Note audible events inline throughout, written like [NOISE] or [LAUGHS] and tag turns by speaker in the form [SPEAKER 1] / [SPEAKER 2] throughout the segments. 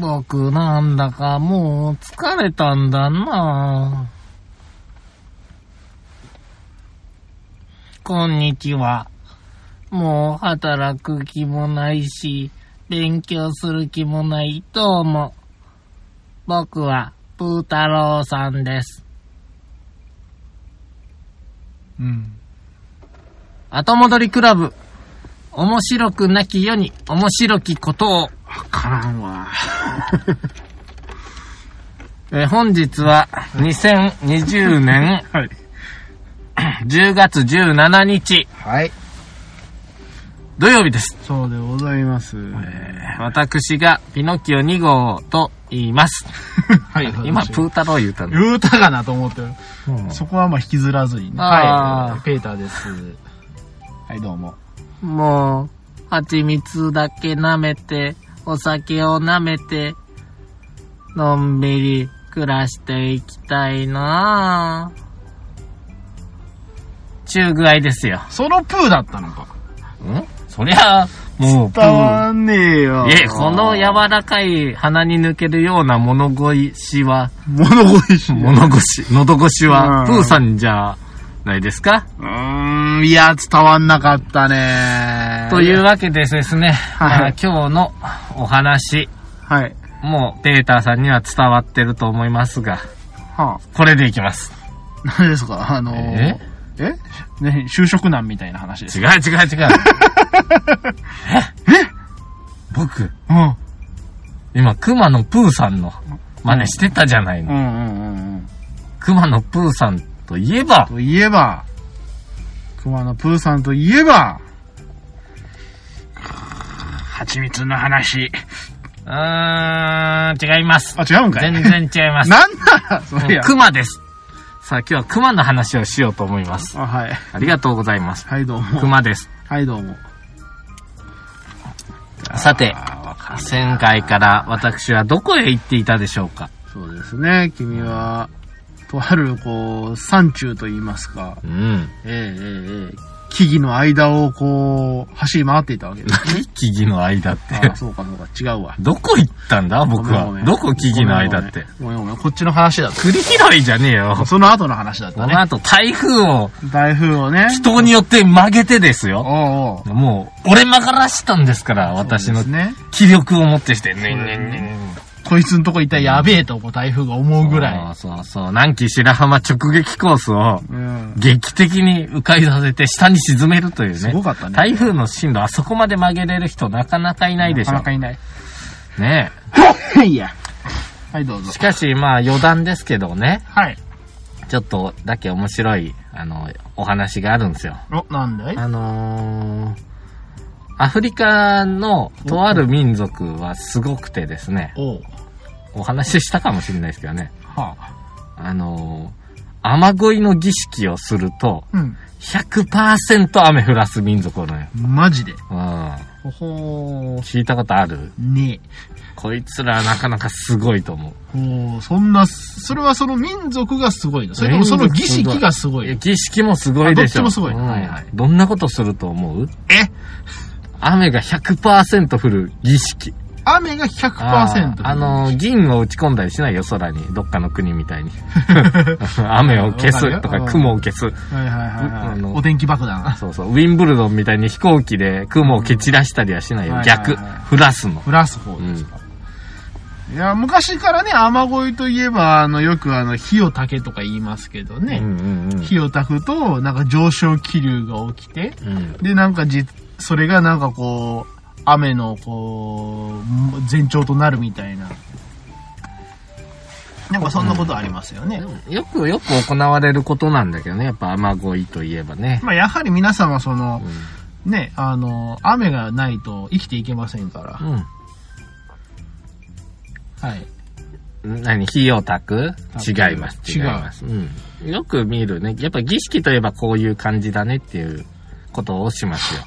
[SPEAKER 1] 僕なんだかもう疲れたんだなこんにちは。もう働く気もないし、勉強する気もない、どうも。僕は、プー太郎さんです。
[SPEAKER 2] うん。
[SPEAKER 1] 後戻りクラブ。面白くなき世に面白きことを。
[SPEAKER 2] わからんわ。
[SPEAKER 1] えー本日は2020年
[SPEAKER 2] はい。
[SPEAKER 1] 10月17日
[SPEAKER 2] はい。
[SPEAKER 1] 土曜日です。
[SPEAKER 2] そうでございます。
[SPEAKER 1] 私がピノキオ2号と言います。
[SPEAKER 2] はい
[SPEAKER 1] 今、プー太郎言うたの。
[SPEAKER 2] 言うたかなと思ってる。
[SPEAKER 1] うん
[SPEAKER 2] そこはまあ引きずらずにね。
[SPEAKER 1] あー
[SPEAKER 2] はい。ペーターです。はい、どうも。
[SPEAKER 1] もう、蜂蜜だけ舐めて、お酒を舐めて、のんびり暮らしていきたいなぁ。中具合ですよ。
[SPEAKER 2] そのプーだったのか。
[SPEAKER 1] んそりゃ、もう、プ
[SPEAKER 2] 伝
[SPEAKER 1] ー。
[SPEAKER 2] わんねえよ。
[SPEAKER 1] いえ、この柔らかい鼻に抜けるような物腰 [LAUGHS] は、
[SPEAKER 2] 物乞いし。
[SPEAKER 1] 物腰、喉越し
[SPEAKER 2] う
[SPEAKER 1] は、
[SPEAKER 2] ん
[SPEAKER 1] プーさんじゃないですか
[SPEAKER 2] うーん、いや、伝わんなかったね
[SPEAKER 1] という。わけでですね、
[SPEAKER 2] い
[SPEAKER 1] まあ今日のお話、
[SPEAKER 2] はい。
[SPEAKER 1] もうペーターさんには伝わってると思いますが、
[SPEAKER 2] はあ。
[SPEAKER 1] これでいきます。
[SPEAKER 2] 何ですかあのー、
[SPEAKER 1] え
[SPEAKER 2] えね、就職難みたいな話です。
[SPEAKER 1] 違う違う違 [LAUGHS] う。え僕、
[SPEAKER 2] うん。うん
[SPEAKER 1] 今、熊野プーさんの真似してたじゃないの。
[SPEAKER 2] うんうんうん。
[SPEAKER 1] 熊野プーさんといえば、
[SPEAKER 2] といえば、熊野プーさんといえば、蜂蜜の話。
[SPEAKER 1] うーん、違います。
[SPEAKER 2] あ、違うんかい。
[SPEAKER 1] 全然違います。
[SPEAKER 2] なんだそりゃ。
[SPEAKER 1] 熊です。さあ、今日は熊の話をしようと思います。
[SPEAKER 2] あ、はい。
[SPEAKER 1] ありがとうございます。
[SPEAKER 2] はい、どうも。
[SPEAKER 1] 熊です。
[SPEAKER 2] はい、どうも。
[SPEAKER 1] さて、
[SPEAKER 2] あーわかる
[SPEAKER 1] 前回から私はどこへ行っていたでしょうか
[SPEAKER 2] そうですね。君は、とある、こう、山中と言いますか。
[SPEAKER 1] うん。
[SPEAKER 2] ええええええ木々の間を、こう、走り回っていたわけです。
[SPEAKER 1] 木々の間って。
[SPEAKER 2] ああ、そうか、そうか、違うわ。
[SPEAKER 1] どこ行ったんだ僕
[SPEAKER 2] ごめ
[SPEAKER 1] は。
[SPEAKER 2] ん
[SPEAKER 1] どこ木々の間って。。
[SPEAKER 2] ごめんごめんごめんごめん、こっちの話だっ
[SPEAKER 1] 栗拾いじゃねえよ
[SPEAKER 2] た。。その後の話だっ
[SPEAKER 1] こ
[SPEAKER 2] たね
[SPEAKER 1] の。後台風を
[SPEAKER 2] 台風をね。
[SPEAKER 1] 人によって曲げてです
[SPEAKER 2] お
[SPEAKER 1] よ。
[SPEAKER 2] うおう。
[SPEAKER 1] もう、俺曲がらしたんですから、私の
[SPEAKER 2] そうですね。
[SPEAKER 1] 気力を持ってして。ねんねんねん。
[SPEAKER 2] こいつのとこ行ったらやべえと、こう台風が思うぐらい。
[SPEAKER 1] そうそうそう。南紀白浜直撃コースを
[SPEAKER 2] うん。
[SPEAKER 1] 劇的に迂回させて下に沈めるというね。
[SPEAKER 2] すごかったね
[SPEAKER 1] 台風の進路、あそこまで曲げれる人なかなかいないで
[SPEAKER 2] な
[SPEAKER 1] しょ
[SPEAKER 2] か
[SPEAKER 1] う。
[SPEAKER 2] なかいない。
[SPEAKER 1] ね
[SPEAKER 2] いや。はい、どう
[SPEAKER 1] え
[SPEAKER 2] ぞ
[SPEAKER 1] し。かし、まあ余談ですけどね、
[SPEAKER 2] はい。
[SPEAKER 1] ちょっとだけ面白い、あの、お話があるんですよ。
[SPEAKER 2] お、なんだい
[SPEAKER 1] あのー、アフリカのとある民族はすごくてですね、
[SPEAKER 2] おう。
[SPEAKER 1] お話ししたかもしれないですけどね、
[SPEAKER 2] はあ。
[SPEAKER 1] あのー、雨乞いの儀式をすると、
[SPEAKER 2] うん。
[SPEAKER 1] 100%雨降らす民族なのよ。
[SPEAKER 2] マジで。
[SPEAKER 1] うん。
[SPEAKER 2] ほほー。
[SPEAKER 1] 聞いたことある
[SPEAKER 2] ね
[SPEAKER 1] こいつらはなかなかすごいと思う。
[SPEAKER 2] え。おー、そんな、それはその民族がすごいの。それともその儀式がすご
[SPEAKER 1] いや
[SPEAKER 2] いの。
[SPEAKER 1] 儀式もすごいでしょ。
[SPEAKER 2] あどっちもすごい
[SPEAKER 1] うん
[SPEAKER 2] はいはい
[SPEAKER 1] どんなことすると思う
[SPEAKER 2] え
[SPEAKER 1] 雨が100%降る儀式。
[SPEAKER 2] 雨が100%
[SPEAKER 1] あーあの、銀を打ち込んだりしないよ、空に。どっかの国みた
[SPEAKER 2] [LAUGHS]
[SPEAKER 1] いに。雨を消すと
[SPEAKER 2] わか
[SPEAKER 1] か
[SPEAKER 2] るよ
[SPEAKER 1] 雲を消す。
[SPEAKER 2] はいはいはいは
[SPEAKER 1] あ
[SPEAKER 2] い。
[SPEAKER 1] の
[SPEAKER 2] お天気爆弾。
[SPEAKER 1] そうそう。ウィンブルドンみたいに飛行機で雲を蹴散らしたりはしないよ。
[SPEAKER 2] うん
[SPEAKER 1] 逆。
[SPEAKER 2] はいはいは
[SPEAKER 1] 降らすの。
[SPEAKER 2] 降らす方ですか。いや、昔からね、雨乞いといえば、あの、よくあの、火を焚けとか言いますけどね。
[SPEAKER 1] うんうんうん。
[SPEAKER 2] 火を焚くと、なんか上昇気流が起きて、
[SPEAKER 1] うん
[SPEAKER 2] で、なんかじ、それがなんかこう、雨のこう、前兆となるみたいな。なんかそんなことありますよね。
[SPEAKER 1] よくよく行われることなんだけどね、やっぱ雨乞いといえばね。
[SPEAKER 2] まあ、やはり皆様その
[SPEAKER 1] う、ん
[SPEAKER 2] ね、あの、雨がないと生きていけませんから。はい。
[SPEAKER 1] 何火を焚く
[SPEAKER 2] 焚く
[SPEAKER 1] 違います。
[SPEAKER 2] 違
[SPEAKER 1] 違
[SPEAKER 2] う
[SPEAKER 1] います、うん。よく見るね。やっぱ儀式といえばこういう感じだねっていうことをしますよ。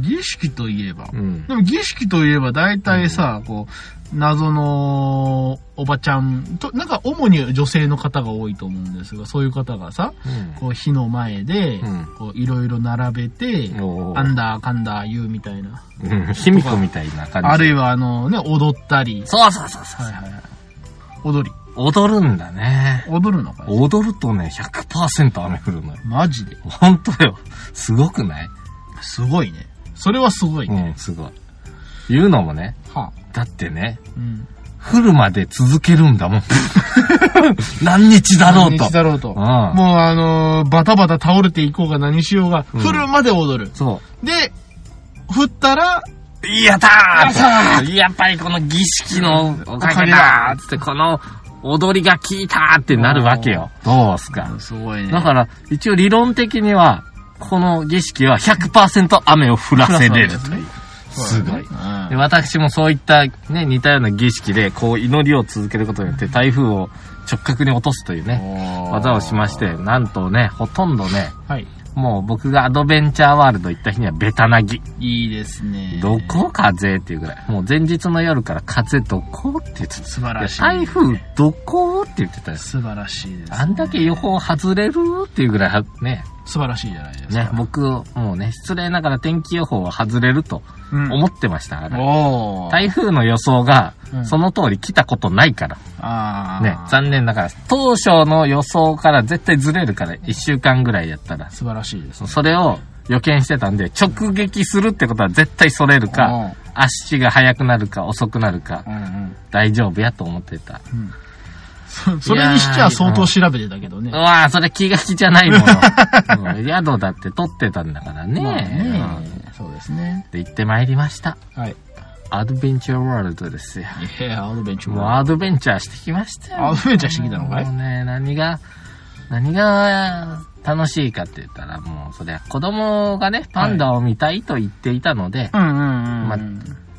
[SPEAKER 2] 儀式といえば。
[SPEAKER 1] うん。
[SPEAKER 2] でも儀式といえば大体さ、こう、謎のおばちゃんと、なんか主に女性の方が多いと思うんですが、そういう方がさ、こう火の前で
[SPEAKER 1] うん、
[SPEAKER 2] こういろいろ並べて、
[SPEAKER 1] おー
[SPEAKER 2] あんだかんだ言うみたいな。
[SPEAKER 1] うん。卑弥呼みたいな感じ。
[SPEAKER 2] あるいはあのね、踊ったり。
[SPEAKER 1] そうそうそうそう。
[SPEAKER 2] はいはいはい。踊り。
[SPEAKER 1] 踊るんだね。
[SPEAKER 2] 踊るのかい
[SPEAKER 1] 踊るとね、100%雨降るのよ。
[SPEAKER 2] マジで。
[SPEAKER 1] ほんとよ。すごくない
[SPEAKER 2] すごいね。それはすごいね。
[SPEAKER 1] うん、すごい。言うのもね、
[SPEAKER 2] はあ。
[SPEAKER 1] だってね、
[SPEAKER 2] うん。
[SPEAKER 1] 降るまで続けるんだもん。 [LAUGHS] 何日だろう
[SPEAKER 2] 何
[SPEAKER 1] と
[SPEAKER 2] 日。だろうと。
[SPEAKER 1] ん
[SPEAKER 2] もうあのーバタバタ倒れていこうが何しようが、
[SPEAKER 1] うん
[SPEAKER 2] 降るまで踊る。
[SPEAKER 1] そ
[SPEAKER 2] で、降ったら、
[SPEAKER 1] う。やったーやっぱりこの儀式のおかげだーつって、この踊りが効いたーってなるわけよ。どうすか。
[SPEAKER 2] すごいね。
[SPEAKER 1] だから、一応理論的には、この儀式は100%雨を降らせれるという。
[SPEAKER 2] そうだね。
[SPEAKER 1] す
[SPEAKER 2] ごい。
[SPEAKER 1] で私もそういった、ね、似たような儀式で、こう祈りを続けることによって台風を直角に落とすというね、技をしまして、なんとね、ほとんどね、
[SPEAKER 2] はい。
[SPEAKER 1] もう僕がアドベンチャーワールド行った日にはベタなぎ。
[SPEAKER 2] いいですね。
[SPEAKER 1] どこ風っていうぐらい。もう前日の夜から風どこって言ってた。
[SPEAKER 2] 素晴らしい。
[SPEAKER 1] 台風どこって言ってたよ。
[SPEAKER 2] 素晴らしいです。
[SPEAKER 1] あんだけ予報外れるっていうぐらいは、ね、
[SPEAKER 2] 素晴らしいじゃないですか。
[SPEAKER 1] ね、僕、もうね、失礼ながら天気予報は外れると
[SPEAKER 2] うん
[SPEAKER 1] 思ってましたから。
[SPEAKER 2] おー
[SPEAKER 1] 台風の予想が
[SPEAKER 2] う、ん
[SPEAKER 1] その通り来たことないから。
[SPEAKER 2] あー
[SPEAKER 1] ね、残念ながら、当初の予想から絶対ずれるから、1週間ぐらいやったら。
[SPEAKER 2] 素晴らしいです。
[SPEAKER 1] それを予見してたんで、直撃するってことは絶対それる
[SPEAKER 2] う
[SPEAKER 1] か
[SPEAKER 2] ん、
[SPEAKER 1] 足が速くなるか遅くなるか
[SPEAKER 2] う、んうん。
[SPEAKER 1] 大丈夫やと思ってた。
[SPEAKER 2] そそれにしちゃ相当調べてたけどね
[SPEAKER 1] う。わぁ、それ気が気じゃないもの。うん宿だって取ってたんだからね。
[SPEAKER 2] まあ
[SPEAKER 1] うん
[SPEAKER 2] ね、そうですね。
[SPEAKER 1] で、行ってまいりました。
[SPEAKER 2] はい。
[SPEAKER 1] アドベンチャーワールドですよ。
[SPEAKER 2] いや、アドベンチャー
[SPEAKER 1] もうアドベンチャーしてきましたよ。
[SPEAKER 2] アドベンチャーしてきたのかい
[SPEAKER 1] もうね、何が、何が楽しいかって言ったら、もうそれは子供がね、パンダを見たいと言っていたので、
[SPEAKER 2] うんうんうん。
[SPEAKER 1] ま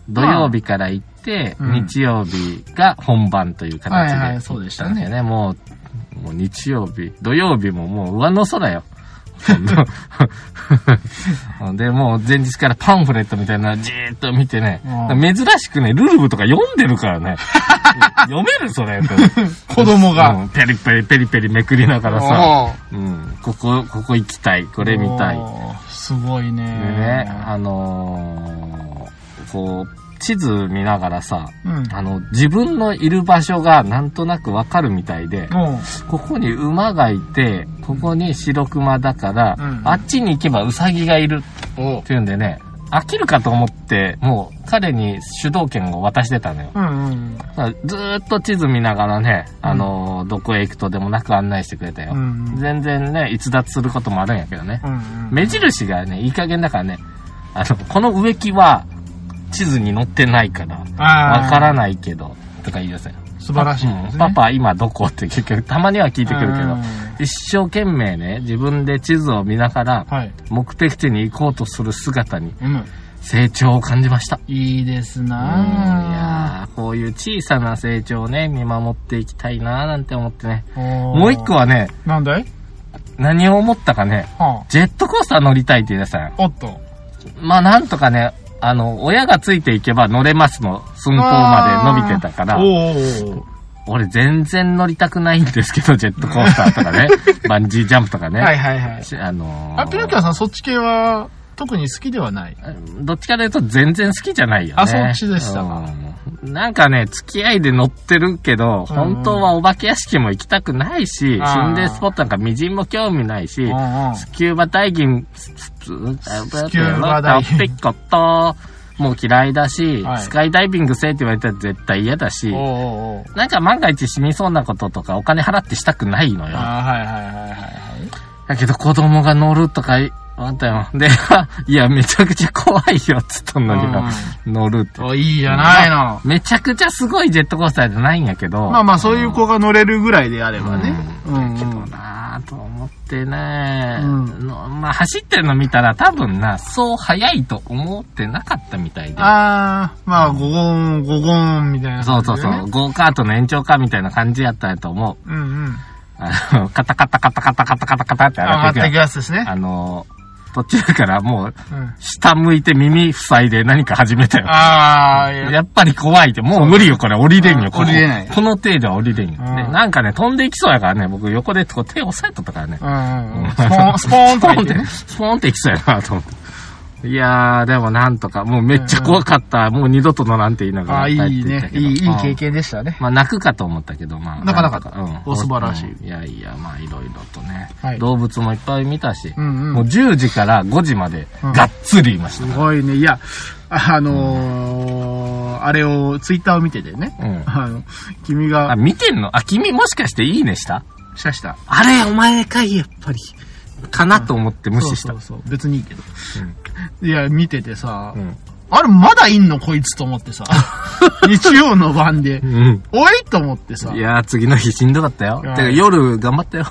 [SPEAKER 1] 土曜日から行って、
[SPEAKER 2] うん
[SPEAKER 1] 日曜日が本番という形で
[SPEAKER 2] はいは
[SPEAKER 1] 行
[SPEAKER 2] い
[SPEAKER 1] った
[SPEAKER 2] そうんで
[SPEAKER 1] で
[SPEAKER 2] し
[SPEAKER 1] す
[SPEAKER 2] た
[SPEAKER 1] よ
[SPEAKER 2] ね
[SPEAKER 1] ね。もう、もう日曜日、土曜日ももう上の空よ。
[SPEAKER 2] [LAUGHS]
[SPEAKER 1] で、もう前日からパンフレットみたいなのじーっと見てね、
[SPEAKER 2] うん
[SPEAKER 1] 珍しくね、ルルブとか読んでるから
[SPEAKER 2] [LAUGHS]
[SPEAKER 1] ね。読めるそれ。
[SPEAKER 2] 子供
[SPEAKER 1] う
[SPEAKER 2] が。
[SPEAKER 1] んペリペリペリペリめくりながらさ、
[SPEAKER 2] お
[SPEAKER 1] う
[SPEAKER 2] ー
[SPEAKER 1] ん、ここ、ここ行きたい、これ見たい。
[SPEAKER 2] おー。すごいね。
[SPEAKER 1] でね、あのーこう、地図見ながらさ、
[SPEAKER 2] うん。
[SPEAKER 1] あの、自分のいる場所がなんとなくわかるみたいで、
[SPEAKER 2] おう
[SPEAKER 1] ここに馬がいて、ここに白熊だから、
[SPEAKER 2] うん
[SPEAKER 1] あっちに行けばウサギがいる
[SPEAKER 2] おう
[SPEAKER 1] っていうんでね、飽きるかと思って、もう彼に主導権を渡してたのよ。
[SPEAKER 2] うんうん
[SPEAKER 1] ずーっと地図見ながらね、あのーどこへ行くとでもなく案内してくれたよ。
[SPEAKER 2] うん。うんうん。
[SPEAKER 1] 全然ね、逸脱することもあるんやけどね。
[SPEAKER 2] うん
[SPEAKER 1] 目印がね、いい加減だからね、あの、この植木は地図に載ってないから、
[SPEAKER 2] あー
[SPEAKER 1] わからないけど、とか言い出せ。
[SPEAKER 2] 素晴らしいです
[SPEAKER 1] う
[SPEAKER 2] ね。
[SPEAKER 1] んパパ今どこって結局、たまには聞いてくるけ
[SPEAKER 2] う
[SPEAKER 1] ど
[SPEAKER 2] ん、
[SPEAKER 1] 一生懸命ね、自分で地図を見ながら、
[SPEAKER 2] はい。
[SPEAKER 1] 目的地に行こうとする姿に
[SPEAKER 2] うん。
[SPEAKER 1] 成長を感じました。
[SPEAKER 2] いいです
[SPEAKER 1] うんい
[SPEAKER 2] な
[SPEAKER 1] やーこういう小さな成長をね、見守っていきたいなーなんて思ってね。
[SPEAKER 2] も
[SPEAKER 1] もう一個
[SPEAKER 2] は。
[SPEAKER 1] はね、
[SPEAKER 2] なんだい
[SPEAKER 1] 何を思ったかね、
[SPEAKER 2] は
[SPEAKER 1] ジェットコースター乗りたいって言い出したよ
[SPEAKER 2] あ。おっと。
[SPEAKER 1] まあなんとかね、あの、親がついていけば乗れますの、寸法まで伸びてたから、
[SPEAKER 2] おうおうおう
[SPEAKER 1] 俺全然乗りたくないんですけど、ジェットコースターとか
[SPEAKER 2] [LAUGHS]
[SPEAKER 1] ね、バンジージャンプとかね。
[SPEAKER 2] はいはいはい。
[SPEAKER 1] しあのー
[SPEAKER 2] あ、ピノキオさん、そっち系は特に好きではない。
[SPEAKER 1] どっちかというと全然好きじゃないよね。
[SPEAKER 2] あそっちでしたか
[SPEAKER 1] うんなんかね、付き合いで乗ってるけど、本当はお化け屋敷も行きたくないし、
[SPEAKER 2] あー
[SPEAKER 1] 心霊スポットなんかみじんも興味ないし、
[SPEAKER 2] うんうん
[SPEAKER 1] スキューバダイビング、スキュ
[SPEAKER 2] ーバダイビング
[SPEAKER 1] ペッコと、もう嫌いだし、
[SPEAKER 2] はい
[SPEAKER 1] スカイダイビングせえって言われたら絶対嫌だし、
[SPEAKER 2] おうおうおう
[SPEAKER 1] なんか万が一死にそうなこととかお金払ってしたくないのよ。
[SPEAKER 2] あーはいはいはいはいはい。
[SPEAKER 1] だけど子供が乗るとか、あったよ。で、 [LAUGHS] いや、めちゃくちゃ怖いよ、つったんだけど、乗るって。
[SPEAKER 2] おいいじゃないの。
[SPEAKER 1] めちゃくちゃすごいジェットコースターじゃないんやけど。
[SPEAKER 2] まあまあ、そういう子が乗れるぐらいであればね。うん
[SPEAKER 1] そう
[SPEAKER 2] う
[SPEAKER 1] なあと思ってね、
[SPEAKER 2] うん
[SPEAKER 1] のまあ走ってるの見たら多分な、そう速いと思ってなかったみたいで
[SPEAKER 2] ん。。あー、まあ、ゴゴン、ゴゴンみたいな
[SPEAKER 1] そ
[SPEAKER 2] 感
[SPEAKER 1] う
[SPEAKER 2] じ
[SPEAKER 1] そ
[SPEAKER 2] で
[SPEAKER 1] う
[SPEAKER 2] ね。
[SPEAKER 1] そう、ゴーカートの延長かみたいな感じやったんやと思う。
[SPEAKER 2] うんうん。
[SPEAKER 1] [LAUGHS] あの、カタカタカタカタカタカタカタって上
[SPEAKER 2] 上が
[SPEAKER 1] が
[SPEAKER 2] っ
[SPEAKER 1] っててい
[SPEAKER 2] いく
[SPEAKER 1] くや
[SPEAKER 2] やつです
[SPEAKER 1] つ。
[SPEAKER 2] ね。
[SPEAKER 1] あの、途中からもう、
[SPEAKER 2] うん。
[SPEAKER 1] 下向いて耳塞いで何か始めたよ。
[SPEAKER 2] ああ、
[SPEAKER 1] やっぱり怖いって、もう無理よ、これ。降りれんよ、こ
[SPEAKER 2] 降りれない
[SPEAKER 1] この程度は降りれんよ。で、
[SPEAKER 2] うん
[SPEAKER 1] なんかね、飛んでいきそうやからね、僕横でこう手押さえとったからね。 [LAUGHS]
[SPEAKER 2] うんうん。スポーン、スポーンと入ってね。
[SPEAKER 1] スポーンっていきそうやなと思って。いやー、でもなんとか、もうめっちゃ怖かった。もう二度とのなんて言いな
[SPEAKER 2] あ
[SPEAKER 1] が
[SPEAKER 2] あ、
[SPEAKER 1] ら
[SPEAKER 2] い
[SPEAKER 1] 帰って
[SPEAKER 2] い
[SPEAKER 1] いった
[SPEAKER 2] ね。
[SPEAKER 1] け
[SPEAKER 2] い
[SPEAKER 1] ど。
[SPEAKER 2] い、いい
[SPEAKER 1] うん
[SPEAKER 2] 経験でしたね。
[SPEAKER 1] まあ泣くかと思ったけど、まあ。
[SPEAKER 2] 泣かなかった
[SPEAKER 1] ん
[SPEAKER 2] お素晴らしい
[SPEAKER 1] うんいやいや、まあいろいろとね、
[SPEAKER 2] はい
[SPEAKER 1] 動物もいっぱい見たし、
[SPEAKER 2] うん
[SPEAKER 1] も
[SPEAKER 2] う。
[SPEAKER 1] うん10時から5時まで
[SPEAKER 2] うん
[SPEAKER 1] がっつりいまし
[SPEAKER 2] すごいね。いや、あのー、あれを、ツイッターを見ててね。
[SPEAKER 1] た。うん。
[SPEAKER 2] あの、君
[SPEAKER 1] あ、
[SPEAKER 2] が、
[SPEAKER 1] 見てんのあ、君もしかしていいねした
[SPEAKER 2] シャした。
[SPEAKER 1] あれ、お前かい、やっぱり。かなと思って無視した
[SPEAKER 2] そう。そうそう別にいいけど。いや、見ててさ
[SPEAKER 1] う、ん。
[SPEAKER 2] あれまだいんのこいつと思っ
[SPEAKER 1] [LAUGHS]
[SPEAKER 2] てさ、日曜の晩で
[SPEAKER 1] う、ん。
[SPEAKER 2] おいと思ってさ
[SPEAKER 1] い、やー、次の日しんどかったよ。
[SPEAKER 2] い
[SPEAKER 1] て
[SPEAKER 2] やー
[SPEAKER 1] か夜頑張ったよ。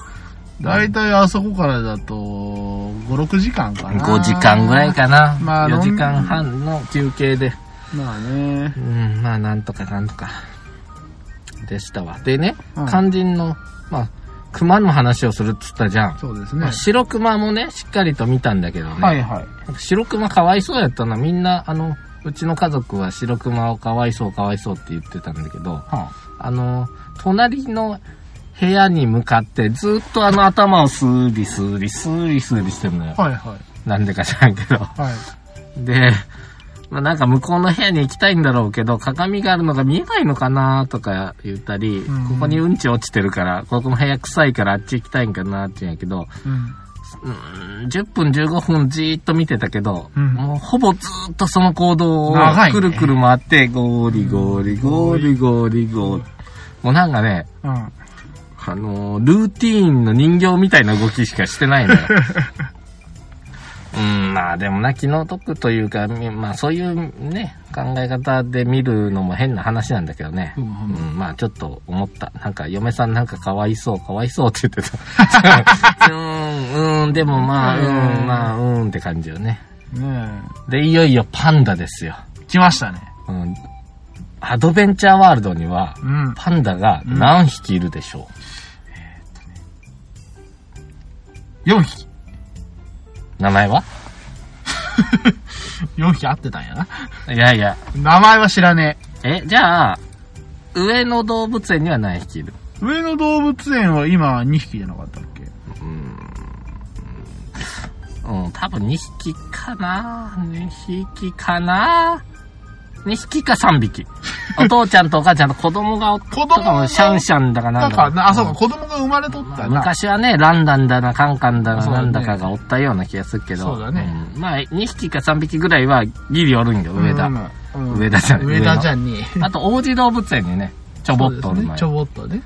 [SPEAKER 2] だいたいあそこからだと、5、6時間かな。
[SPEAKER 1] 5時間ぐらい。かな。
[SPEAKER 2] まあ
[SPEAKER 1] 4時間半の休憩で。
[SPEAKER 2] まあね
[SPEAKER 1] う。ん、まあなんとかなんとか。でしたわ。でね、
[SPEAKER 2] うん
[SPEAKER 1] 肝心の、まあ、熊の話をするっつったじゃん。
[SPEAKER 2] そうです
[SPEAKER 1] ま
[SPEAKER 2] ね
[SPEAKER 1] あ、。白熊もね、しっかりと見たんだけどね。
[SPEAKER 2] はいはい。
[SPEAKER 1] 白熊かわいそうやったな。みんな、あの、うちの家族は白熊をかわいそうかわいそうって言ってたんだけど、
[SPEAKER 2] は
[SPEAKER 1] あの、隣の部屋に向かってずっとあの頭をスーリスーリスーリスーリしてるのよ。
[SPEAKER 2] あはいはい。
[SPEAKER 1] なんでか知らんけど。
[SPEAKER 2] はい。
[SPEAKER 1] で、まあ、なんか向こうの部屋に行きたいんだろうけど、鏡があるのが見えないのかなとか言ったり、
[SPEAKER 2] うん
[SPEAKER 1] ここにうんち落ちてるから、ここの部屋臭いからあっち行きたいんかなって言うんやけど、
[SPEAKER 2] うん。
[SPEAKER 1] うーん10分15分じーっと見てたけど、
[SPEAKER 2] うん
[SPEAKER 1] もうほぼずーっとその行動を
[SPEAKER 2] 長い
[SPEAKER 1] く
[SPEAKER 2] ね
[SPEAKER 1] るくる回って、ゴーリゴーリゴーリゴーリゴーリ。もうなんかね、
[SPEAKER 2] うん。
[SPEAKER 1] あのールーティーンの人形みたいな動きしかしてない [LAUGHS] のよ。うん、まあでもな、気の毒というか、みまあそういうね、考え方で見るのも変な話なんだけどね。
[SPEAKER 2] う
[SPEAKER 1] うん
[SPEAKER 2] うん
[SPEAKER 1] ん、まあちょっと思った。なんか、嫁さんなんかかわいそう、かわいそうって言って [LAUGHS] た。うーん、うん、でもまあ、うん、まあ、うんって感じよね。
[SPEAKER 2] ね
[SPEAKER 1] で、いよいよパンダですよ。
[SPEAKER 2] え。来ましたね。
[SPEAKER 1] うん、アドベンチャーワールドには、
[SPEAKER 2] うん。
[SPEAKER 1] パンダが何匹いるでしょう、
[SPEAKER 2] 4匹。
[SPEAKER 1] 名前は
[SPEAKER 2] 4匹合ってたんやな。
[SPEAKER 1] いやいや。
[SPEAKER 2] 名前は知らね
[SPEAKER 1] え、じゃあ、上野動物園には何匹いる
[SPEAKER 2] え。上野動物園は今2匹じゃなかったっけ
[SPEAKER 1] うん、多分2匹かな2匹かな2匹か3匹。
[SPEAKER 2] [LAUGHS]
[SPEAKER 1] お父ちゃんとお母ちゃんと子供がおった
[SPEAKER 2] 子供
[SPEAKER 1] かも、シャンシャンだかな
[SPEAKER 2] だ
[SPEAKER 1] んだ
[SPEAKER 2] からな、あ、そうか、
[SPEAKER 1] ん
[SPEAKER 2] 子供が生まれとったな。
[SPEAKER 1] 昔はね、ランダンだな、カンカンだな、
[SPEAKER 2] そうだ
[SPEAKER 1] な
[SPEAKER 2] ね
[SPEAKER 1] んだかがおったような気がするけど。
[SPEAKER 2] そうだね
[SPEAKER 1] うんまあ、2匹か3匹ぐらいはギリおるんよ、上田。
[SPEAKER 2] うん。
[SPEAKER 1] 上田じゃね
[SPEAKER 2] 上田じゃねえ。
[SPEAKER 1] あと、王子動物園にね、ちょぼっとおるの
[SPEAKER 2] そうですね
[SPEAKER 1] よ
[SPEAKER 2] ちょぼっとね。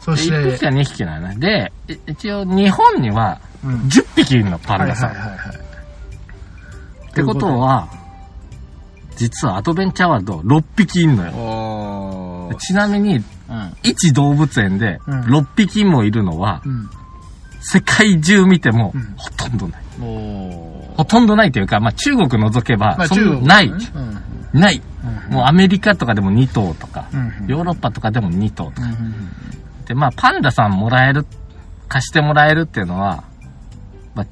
[SPEAKER 2] そし
[SPEAKER 1] 1
[SPEAKER 2] て
[SPEAKER 1] 匹、は2匹なのね。で、い一応日本には
[SPEAKER 2] うん
[SPEAKER 1] 10匹いるの、パ
[SPEAKER 2] は
[SPEAKER 1] ン
[SPEAKER 2] い
[SPEAKER 1] ダさ
[SPEAKER 2] は
[SPEAKER 1] ん。
[SPEAKER 2] いはいはい。
[SPEAKER 1] ってことは、実はアドベンチャーワールド6匹いるのよ。
[SPEAKER 2] お
[SPEAKER 1] でちなみに、
[SPEAKER 2] うん。
[SPEAKER 1] 一動物園で
[SPEAKER 2] うん
[SPEAKER 1] 6匹もいるのは、世界中見ても
[SPEAKER 2] うん
[SPEAKER 1] ほとんどない。
[SPEAKER 2] うん。お
[SPEAKER 1] ほとんどないというか、まあ中国除けば、
[SPEAKER 2] まあ
[SPEAKER 1] そん
[SPEAKER 2] 中国ね
[SPEAKER 1] ない、
[SPEAKER 2] うん。
[SPEAKER 1] ない。
[SPEAKER 2] うん
[SPEAKER 1] もうアメリカとかでも2頭とか、
[SPEAKER 2] うん
[SPEAKER 1] ヨーロッパとかでも2頭とか
[SPEAKER 2] う。ん。
[SPEAKER 1] で、まあ、パンダさんもらえる、貸してもらえるっていうのは、まあ、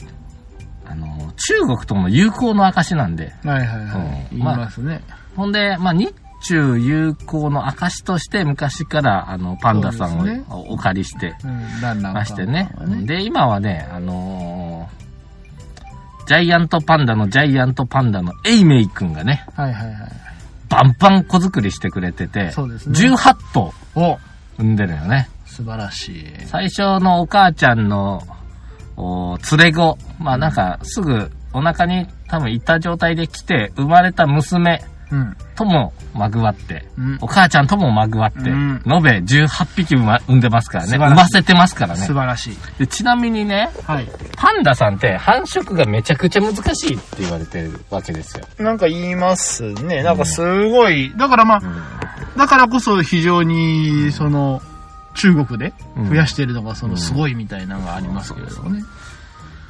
[SPEAKER 1] あの、中国との友好の証なんで、
[SPEAKER 2] はいはいはい。
[SPEAKER 1] うん
[SPEAKER 2] 言いますね。
[SPEAKER 1] ほんで、まあ、日中友好の証として昔から、あの、パンダさん
[SPEAKER 2] そ
[SPEAKER 1] を、
[SPEAKER 2] うですね
[SPEAKER 1] お借りして
[SPEAKER 2] うん。ランナー
[SPEAKER 1] ましてね。で、今はね、あのージャイアントパンダのジャイアントパンダのエイメイくんがね、
[SPEAKER 2] はいはいはい。
[SPEAKER 1] バンバン子作りしてくれてて、
[SPEAKER 2] そうですね
[SPEAKER 1] 18頭
[SPEAKER 2] お
[SPEAKER 1] 産んでるよね。
[SPEAKER 2] 素晴らしい。
[SPEAKER 1] 最初のお母ちゃんのお連れ子、まあなんかすぐお腹に多分いた状態で来て生まれた娘
[SPEAKER 2] うん。
[SPEAKER 1] ともまぐわって、
[SPEAKER 2] うん
[SPEAKER 1] お母ちゃんともまぐわって、
[SPEAKER 2] うん
[SPEAKER 1] 延べ18匹産ま産んでますから
[SPEAKER 2] 素
[SPEAKER 1] ね、
[SPEAKER 2] 晴らしい
[SPEAKER 1] 産ませてますからね
[SPEAKER 2] 素晴らしい。
[SPEAKER 1] で。ちなみにね、
[SPEAKER 2] はい。
[SPEAKER 1] パンダさんって繁殖がめちゃくちゃ難しいって言われてるわけですよ。
[SPEAKER 2] なんか言いますね。なんかすごい。だからまあ、だからこそ非常に、その、中国で増やしてるのが、その、すごいみたいなのがありますけれどもね。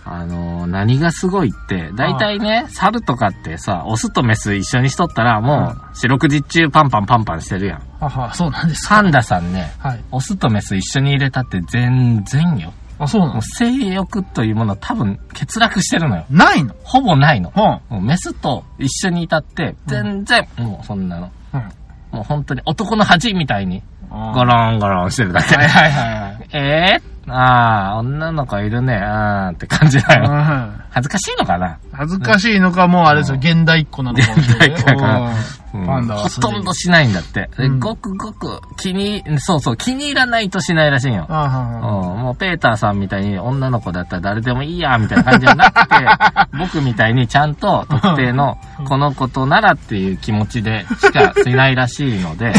[SPEAKER 1] あのー何がすごいって、大体ね、猿とかってさ、オスとメス一緒にしとったらもう四六時中パンパンパンパンしてるやん。
[SPEAKER 2] はは、そうなんです。
[SPEAKER 1] パンダさんね、
[SPEAKER 2] はい。
[SPEAKER 1] オスとメス一緒に入れたって全然よ。
[SPEAKER 2] あ、そうな
[SPEAKER 1] も
[SPEAKER 2] の
[SPEAKER 1] う性欲というものは多分欠落してるのよ。
[SPEAKER 2] ないの
[SPEAKER 1] ほぼないの。
[SPEAKER 2] は
[SPEAKER 1] もうメスと一緒にいたって、全然、もうそんなの。
[SPEAKER 2] あ。
[SPEAKER 1] もう本当に男の恥みたいに、
[SPEAKER 2] あー
[SPEAKER 1] ゴロンゴロンしてるだけ。
[SPEAKER 2] はいはいはいはい。
[SPEAKER 1] えー、ああ、女の子いるね、あーって感じだよ。 [LAUGHS]
[SPEAKER 2] うん
[SPEAKER 1] 恥ずかしいのかな、
[SPEAKER 2] 恥ずかしいのか、もうあれですよ、現代っ子なのかもしれない。
[SPEAKER 1] 現代っ子だから
[SPEAKER 2] うんパンダは
[SPEAKER 1] ほ
[SPEAKER 2] すで
[SPEAKER 1] と
[SPEAKER 2] に
[SPEAKER 1] んどしないんだって。で
[SPEAKER 2] うん
[SPEAKER 1] ごくごく気に、そうそう、気に入らないとしないらしいよ。
[SPEAKER 2] あーは
[SPEAKER 1] うん、
[SPEAKER 2] んはん
[SPEAKER 1] もうペーターさんみたいに女の子だったら誰でもいいや、みたいな感じじゃなく
[SPEAKER 2] [LAUGHS]
[SPEAKER 1] て、僕みたいにちゃんと特定のこの子とならっていう気持ちでしかしないらしいの
[SPEAKER 2] [LAUGHS]
[SPEAKER 1] で、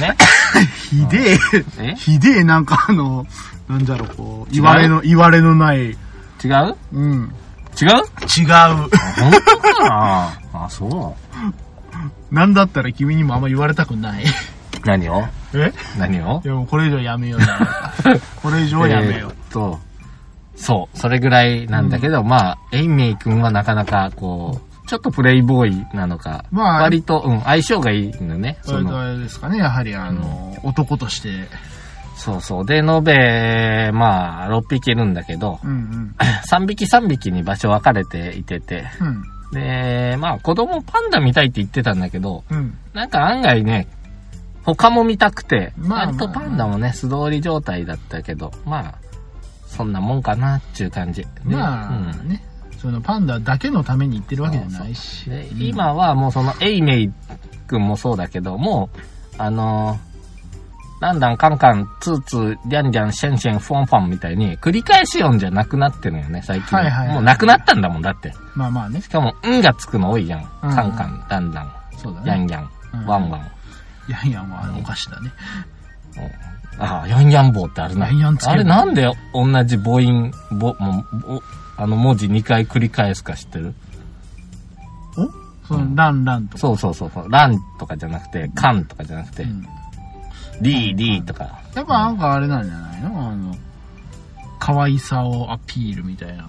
[SPEAKER 1] ね。
[SPEAKER 2] ひで
[SPEAKER 1] え
[SPEAKER 2] え、ひでえ、なんかあの、なんじゃろ、こう、言われの、言われのない、
[SPEAKER 1] 違う
[SPEAKER 2] うん。違
[SPEAKER 1] [LAUGHS]
[SPEAKER 2] う
[SPEAKER 1] 違う本当かなあ、そう。
[SPEAKER 2] なんだったら君にもあんま言われたくない。
[SPEAKER 1] 何を
[SPEAKER 2] え
[SPEAKER 1] 何を
[SPEAKER 2] いやもうこれ以上や
[SPEAKER 1] [LAUGHS]
[SPEAKER 2] めような。これ以上はやめよう
[SPEAKER 1] え。ーっと、そう、それぐらいなんだけど、まあ、エイメイ君はなかなか、こう、ちょっとプレイボーイなのか、
[SPEAKER 2] まあ
[SPEAKER 1] 割と、うん、相性がいいのね。
[SPEAKER 2] そ
[SPEAKER 1] そ
[SPEAKER 2] れと
[SPEAKER 1] の
[SPEAKER 2] あれですかね、やはりあの、男として。
[SPEAKER 1] そうそう。で、延べ、まあ、6匹いるんだけど、 [LAUGHS]
[SPEAKER 2] うんうん。
[SPEAKER 1] 3匹3匹に場所分かれていてて、
[SPEAKER 2] うん。
[SPEAKER 1] で、まあ、子供パンダ見たいって言ってたんだけど、
[SPEAKER 2] うん。
[SPEAKER 1] なんか案外ね、他も見たくて、
[SPEAKER 2] まあ
[SPEAKER 1] 割とパンダもね、素通り状態だったけど、まあ、そんなもんかなっていう感じ。で
[SPEAKER 2] まあ
[SPEAKER 1] うん
[SPEAKER 2] ね、そのパンダだけのために言ってるわけじゃないし。
[SPEAKER 1] で
[SPEAKER 2] うん、
[SPEAKER 1] 今はもうそのエイメイ君もそうだけど、もう、あのー、ランダンカンカン、ツーツー、リャンリャン、シェンシェン、フォンフォンみたいに、繰り返し音じゃなくなってるよね、最近。
[SPEAKER 2] はいはいはい
[SPEAKER 1] もうなくなったんだもん、だって。
[SPEAKER 2] まあまあね
[SPEAKER 1] し、かも、んがつくの多いじゃん。
[SPEAKER 2] うん
[SPEAKER 1] カンカン、ランダン、
[SPEAKER 2] そうだ
[SPEAKER 1] リャ
[SPEAKER 2] ね。
[SPEAKER 1] ンリャン、
[SPEAKER 2] うん
[SPEAKER 1] ワンワン。
[SPEAKER 2] ヤンヤンはあのお菓子だね。
[SPEAKER 1] ああ、ヤンヤン棒ってあるな。
[SPEAKER 2] ヤンヤンつける
[SPEAKER 1] あれなんで同じ母音、ぼ、もう、ぼあの文字2回繰り返すか知ってる
[SPEAKER 2] おそのランランとか。
[SPEAKER 1] そうそうそうそう。ランとかじゃなくて、カンとかじゃなくて、
[SPEAKER 2] うん
[SPEAKER 1] リー、リーとか。
[SPEAKER 2] やっぱなんかあれなんじゃないのあの、可愛さをアピールみたいな。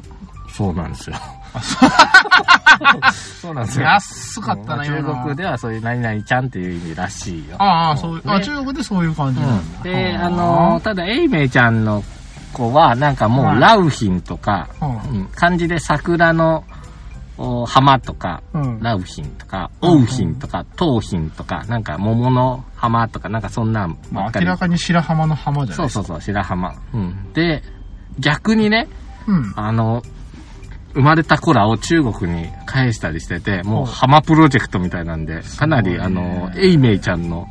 [SPEAKER 1] そうなんですよ。 [LAUGHS] そうなんですよ。
[SPEAKER 2] 安かったな、今のは
[SPEAKER 1] 中国ではそういう何々ちゃんっていう意味らしいよ。
[SPEAKER 2] ああ、そういう、あ、
[SPEAKER 1] ね
[SPEAKER 2] 中国でそういう感じなんだ。
[SPEAKER 1] で、あの、ただ、エイメイちゃんの子は、なんかもう、ラウヒンとか、
[SPEAKER 2] う
[SPEAKER 1] うん漢字で桜のお浜とか、
[SPEAKER 2] うん
[SPEAKER 1] ラウヒンとか、オウヒンとか、トウヒンとか、なんか桃の浜とか、なんかそんなんば
[SPEAKER 2] ま
[SPEAKER 1] っ
[SPEAKER 2] あ
[SPEAKER 1] か
[SPEAKER 2] 明
[SPEAKER 1] り。
[SPEAKER 2] らかに白浜の浜じゃな
[SPEAKER 1] そ
[SPEAKER 2] いう
[SPEAKER 1] そうそう、白浜。うん。で、逆にね、
[SPEAKER 2] うん。
[SPEAKER 1] あの、生まれた子らを中国に返したりしてて、もう浜プロジェクトみたいなんで、かなり、
[SPEAKER 2] すご
[SPEAKER 1] あ
[SPEAKER 2] いね
[SPEAKER 1] の、エイメイちゃんの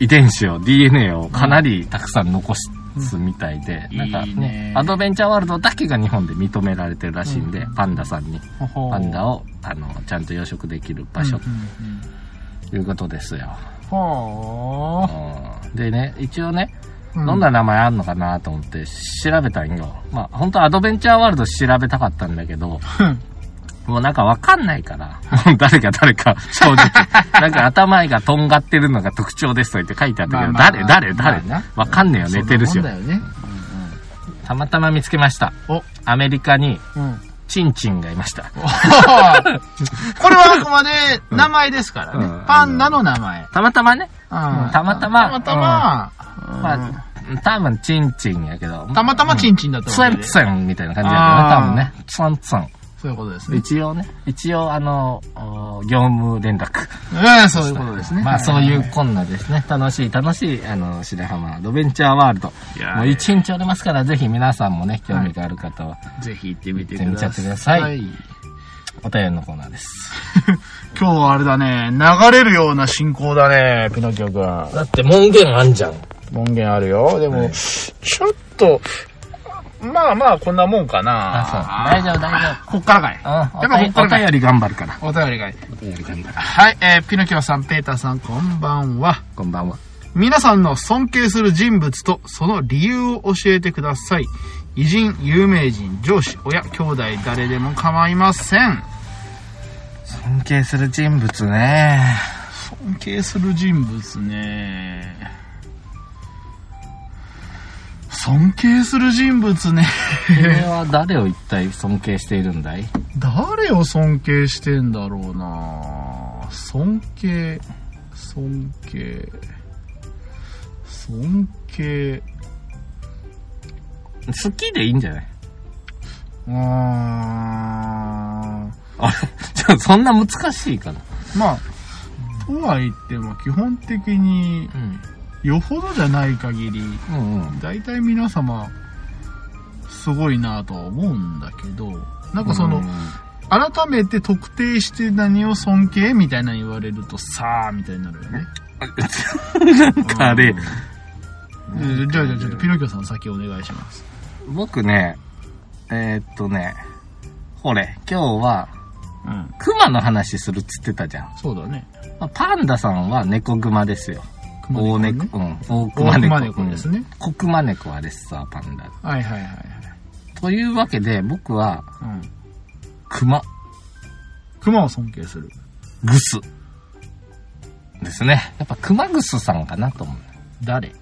[SPEAKER 1] 遺伝子を、DNA をかなりたくさん残すみたいで、
[SPEAKER 2] うん
[SPEAKER 1] なんかね
[SPEAKER 2] いいね
[SPEAKER 1] アドベンチャーワールドだけが日本で認められてるらしいんで、パンダさんに、
[SPEAKER 2] ほほ
[SPEAKER 1] パンダを、あの、ちゃんと養殖できる場所
[SPEAKER 2] うんうんうん
[SPEAKER 1] ということですよ。
[SPEAKER 2] ほ
[SPEAKER 1] うんでね、一応ね、
[SPEAKER 2] う
[SPEAKER 1] どんな名前あんのかなと思って調べたんよ。まあ、本当アドベンチャーワールド調べたかったんだけど、もうなんかわかんないから、 [LAUGHS] もう誰が誰か、正直。
[SPEAKER 2] [LAUGHS]
[SPEAKER 1] なんか頭がとんがってるのが特徴ですと言って書いてあったけど、
[SPEAKER 2] まあまあ
[SPEAKER 1] 誰誰誰
[SPEAKER 2] まあな
[SPEAKER 1] わかんねえよ、寝てるし
[SPEAKER 2] そん
[SPEAKER 1] よ
[SPEAKER 2] な。もんだよね。
[SPEAKER 1] たまたま見つけました。
[SPEAKER 2] お、うん。
[SPEAKER 1] アメリカに、
[SPEAKER 2] お [LAUGHS]
[SPEAKER 1] チンチンがいました。
[SPEAKER 2] これはあくまで名前ですからね。
[SPEAKER 1] うん
[SPEAKER 2] パンダの名前。
[SPEAKER 1] たまたまね、
[SPEAKER 2] うん
[SPEAKER 1] うんたまたま
[SPEAKER 2] たまたま、
[SPEAKER 1] まあ、多分チンチンやけど、
[SPEAKER 2] たまたまチンチンだった
[SPEAKER 1] ツン
[SPEAKER 2] で
[SPEAKER 1] ツンみたいな感じだよね、多分ね。ツンツン。
[SPEAKER 2] そういうことですね。
[SPEAKER 1] 一応ね、一応あの、お業務連絡。
[SPEAKER 2] うん、そういうことですね。
[SPEAKER 1] まあそう
[SPEAKER 2] う。
[SPEAKER 1] いうこんなですね。楽しい楽しい、あの、白浜アドベンチャーワールド。
[SPEAKER 2] いやー
[SPEAKER 1] もう一日おりますから、ぜひ皆さんもね、興味がある方は、
[SPEAKER 2] ぜひ行ってみて
[SPEAKER 1] 行ってみ
[SPEAKER 2] く
[SPEAKER 1] ちゃ
[SPEAKER 2] だ
[SPEAKER 1] って
[SPEAKER 2] さ
[SPEAKER 1] く
[SPEAKER 2] い。
[SPEAKER 1] ださい
[SPEAKER 2] はい
[SPEAKER 1] お便りのコーナーです。
[SPEAKER 2] 今日はあれだね、流れるような進行だね、ピノキオくん。
[SPEAKER 1] だって門限あんじゃん。
[SPEAKER 2] 門限あるよ。でも、ちょっと、まあまあ、こんなもんかな。
[SPEAKER 1] あ、そう。大丈夫、大丈
[SPEAKER 2] こっからかい。
[SPEAKER 1] 夫。う
[SPEAKER 2] やっぱこっ
[SPEAKER 1] ん、
[SPEAKER 2] か
[SPEAKER 1] お
[SPEAKER 2] らか
[SPEAKER 1] 便
[SPEAKER 2] い。
[SPEAKER 1] り頑張るから。
[SPEAKER 2] お便りがいい。
[SPEAKER 1] お便り頑張る。
[SPEAKER 2] はい、えーピノキオさん、ペーターさん、こんばんは。
[SPEAKER 1] こんばんは。
[SPEAKER 2] 皆さんの尊敬する人物とその理由を教えてください。偉人、有名人、上司、親、兄弟、誰でも構いません。
[SPEAKER 1] 尊敬する人物ね。
[SPEAKER 2] 尊敬する人物ね尊敬する人物ね [LAUGHS]
[SPEAKER 1] 君は誰を一体尊敬しているんだい
[SPEAKER 2] 誰を尊敬してんだろうな尊敬尊敬尊敬
[SPEAKER 1] 好きでいいんじゃない
[SPEAKER 2] あ
[SPEAKER 1] あれちょそんな難しいかな。
[SPEAKER 2] ーまあ、とは言っても基本的に
[SPEAKER 1] うん。
[SPEAKER 2] よほどじゃない限り、
[SPEAKER 1] うんうん。
[SPEAKER 2] 大体皆様、すごいなぁとは思うんだけど、なんかその、改めて特定して何を尊敬みたいなの言われると、さあ、みたいになるよ [LAUGHS] ね。
[SPEAKER 1] なんかあれ、
[SPEAKER 2] うんじゃあじゃあちょっとピロキョさん先お願いします。
[SPEAKER 1] 僕ね、えーっとね、ほれ、今日は、
[SPEAKER 2] うん。
[SPEAKER 1] 熊の話するっつってたじゃん。
[SPEAKER 2] そうだね。
[SPEAKER 1] まあパンダさんは猫熊ですよ。
[SPEAKER 2] 熊
[SPEAKER 1] 大
[SPEAKER 2] ね
[SPEAKER 1] 猫、うん。大
[SPEAKER 2] 大
[SPEAKER 1] 熊猫。
[SPEAKER 2] 熊猫ですね。
[SPEAKER 1] うん。小熊猫はレッサーパンダ。
[SPEAKER 2] はいはいはいはい。
[SPEAKER 1] というわけで、僕は、
[SPEAKER 2] うん。
[SPEAKER 1] 熊、
[SPEAKER 2] 熊を尊敬する。
[SPEAKER 1] グス。ですね。やっぱ熊グスさんかなと思う。
[SPEAKER 2] 誰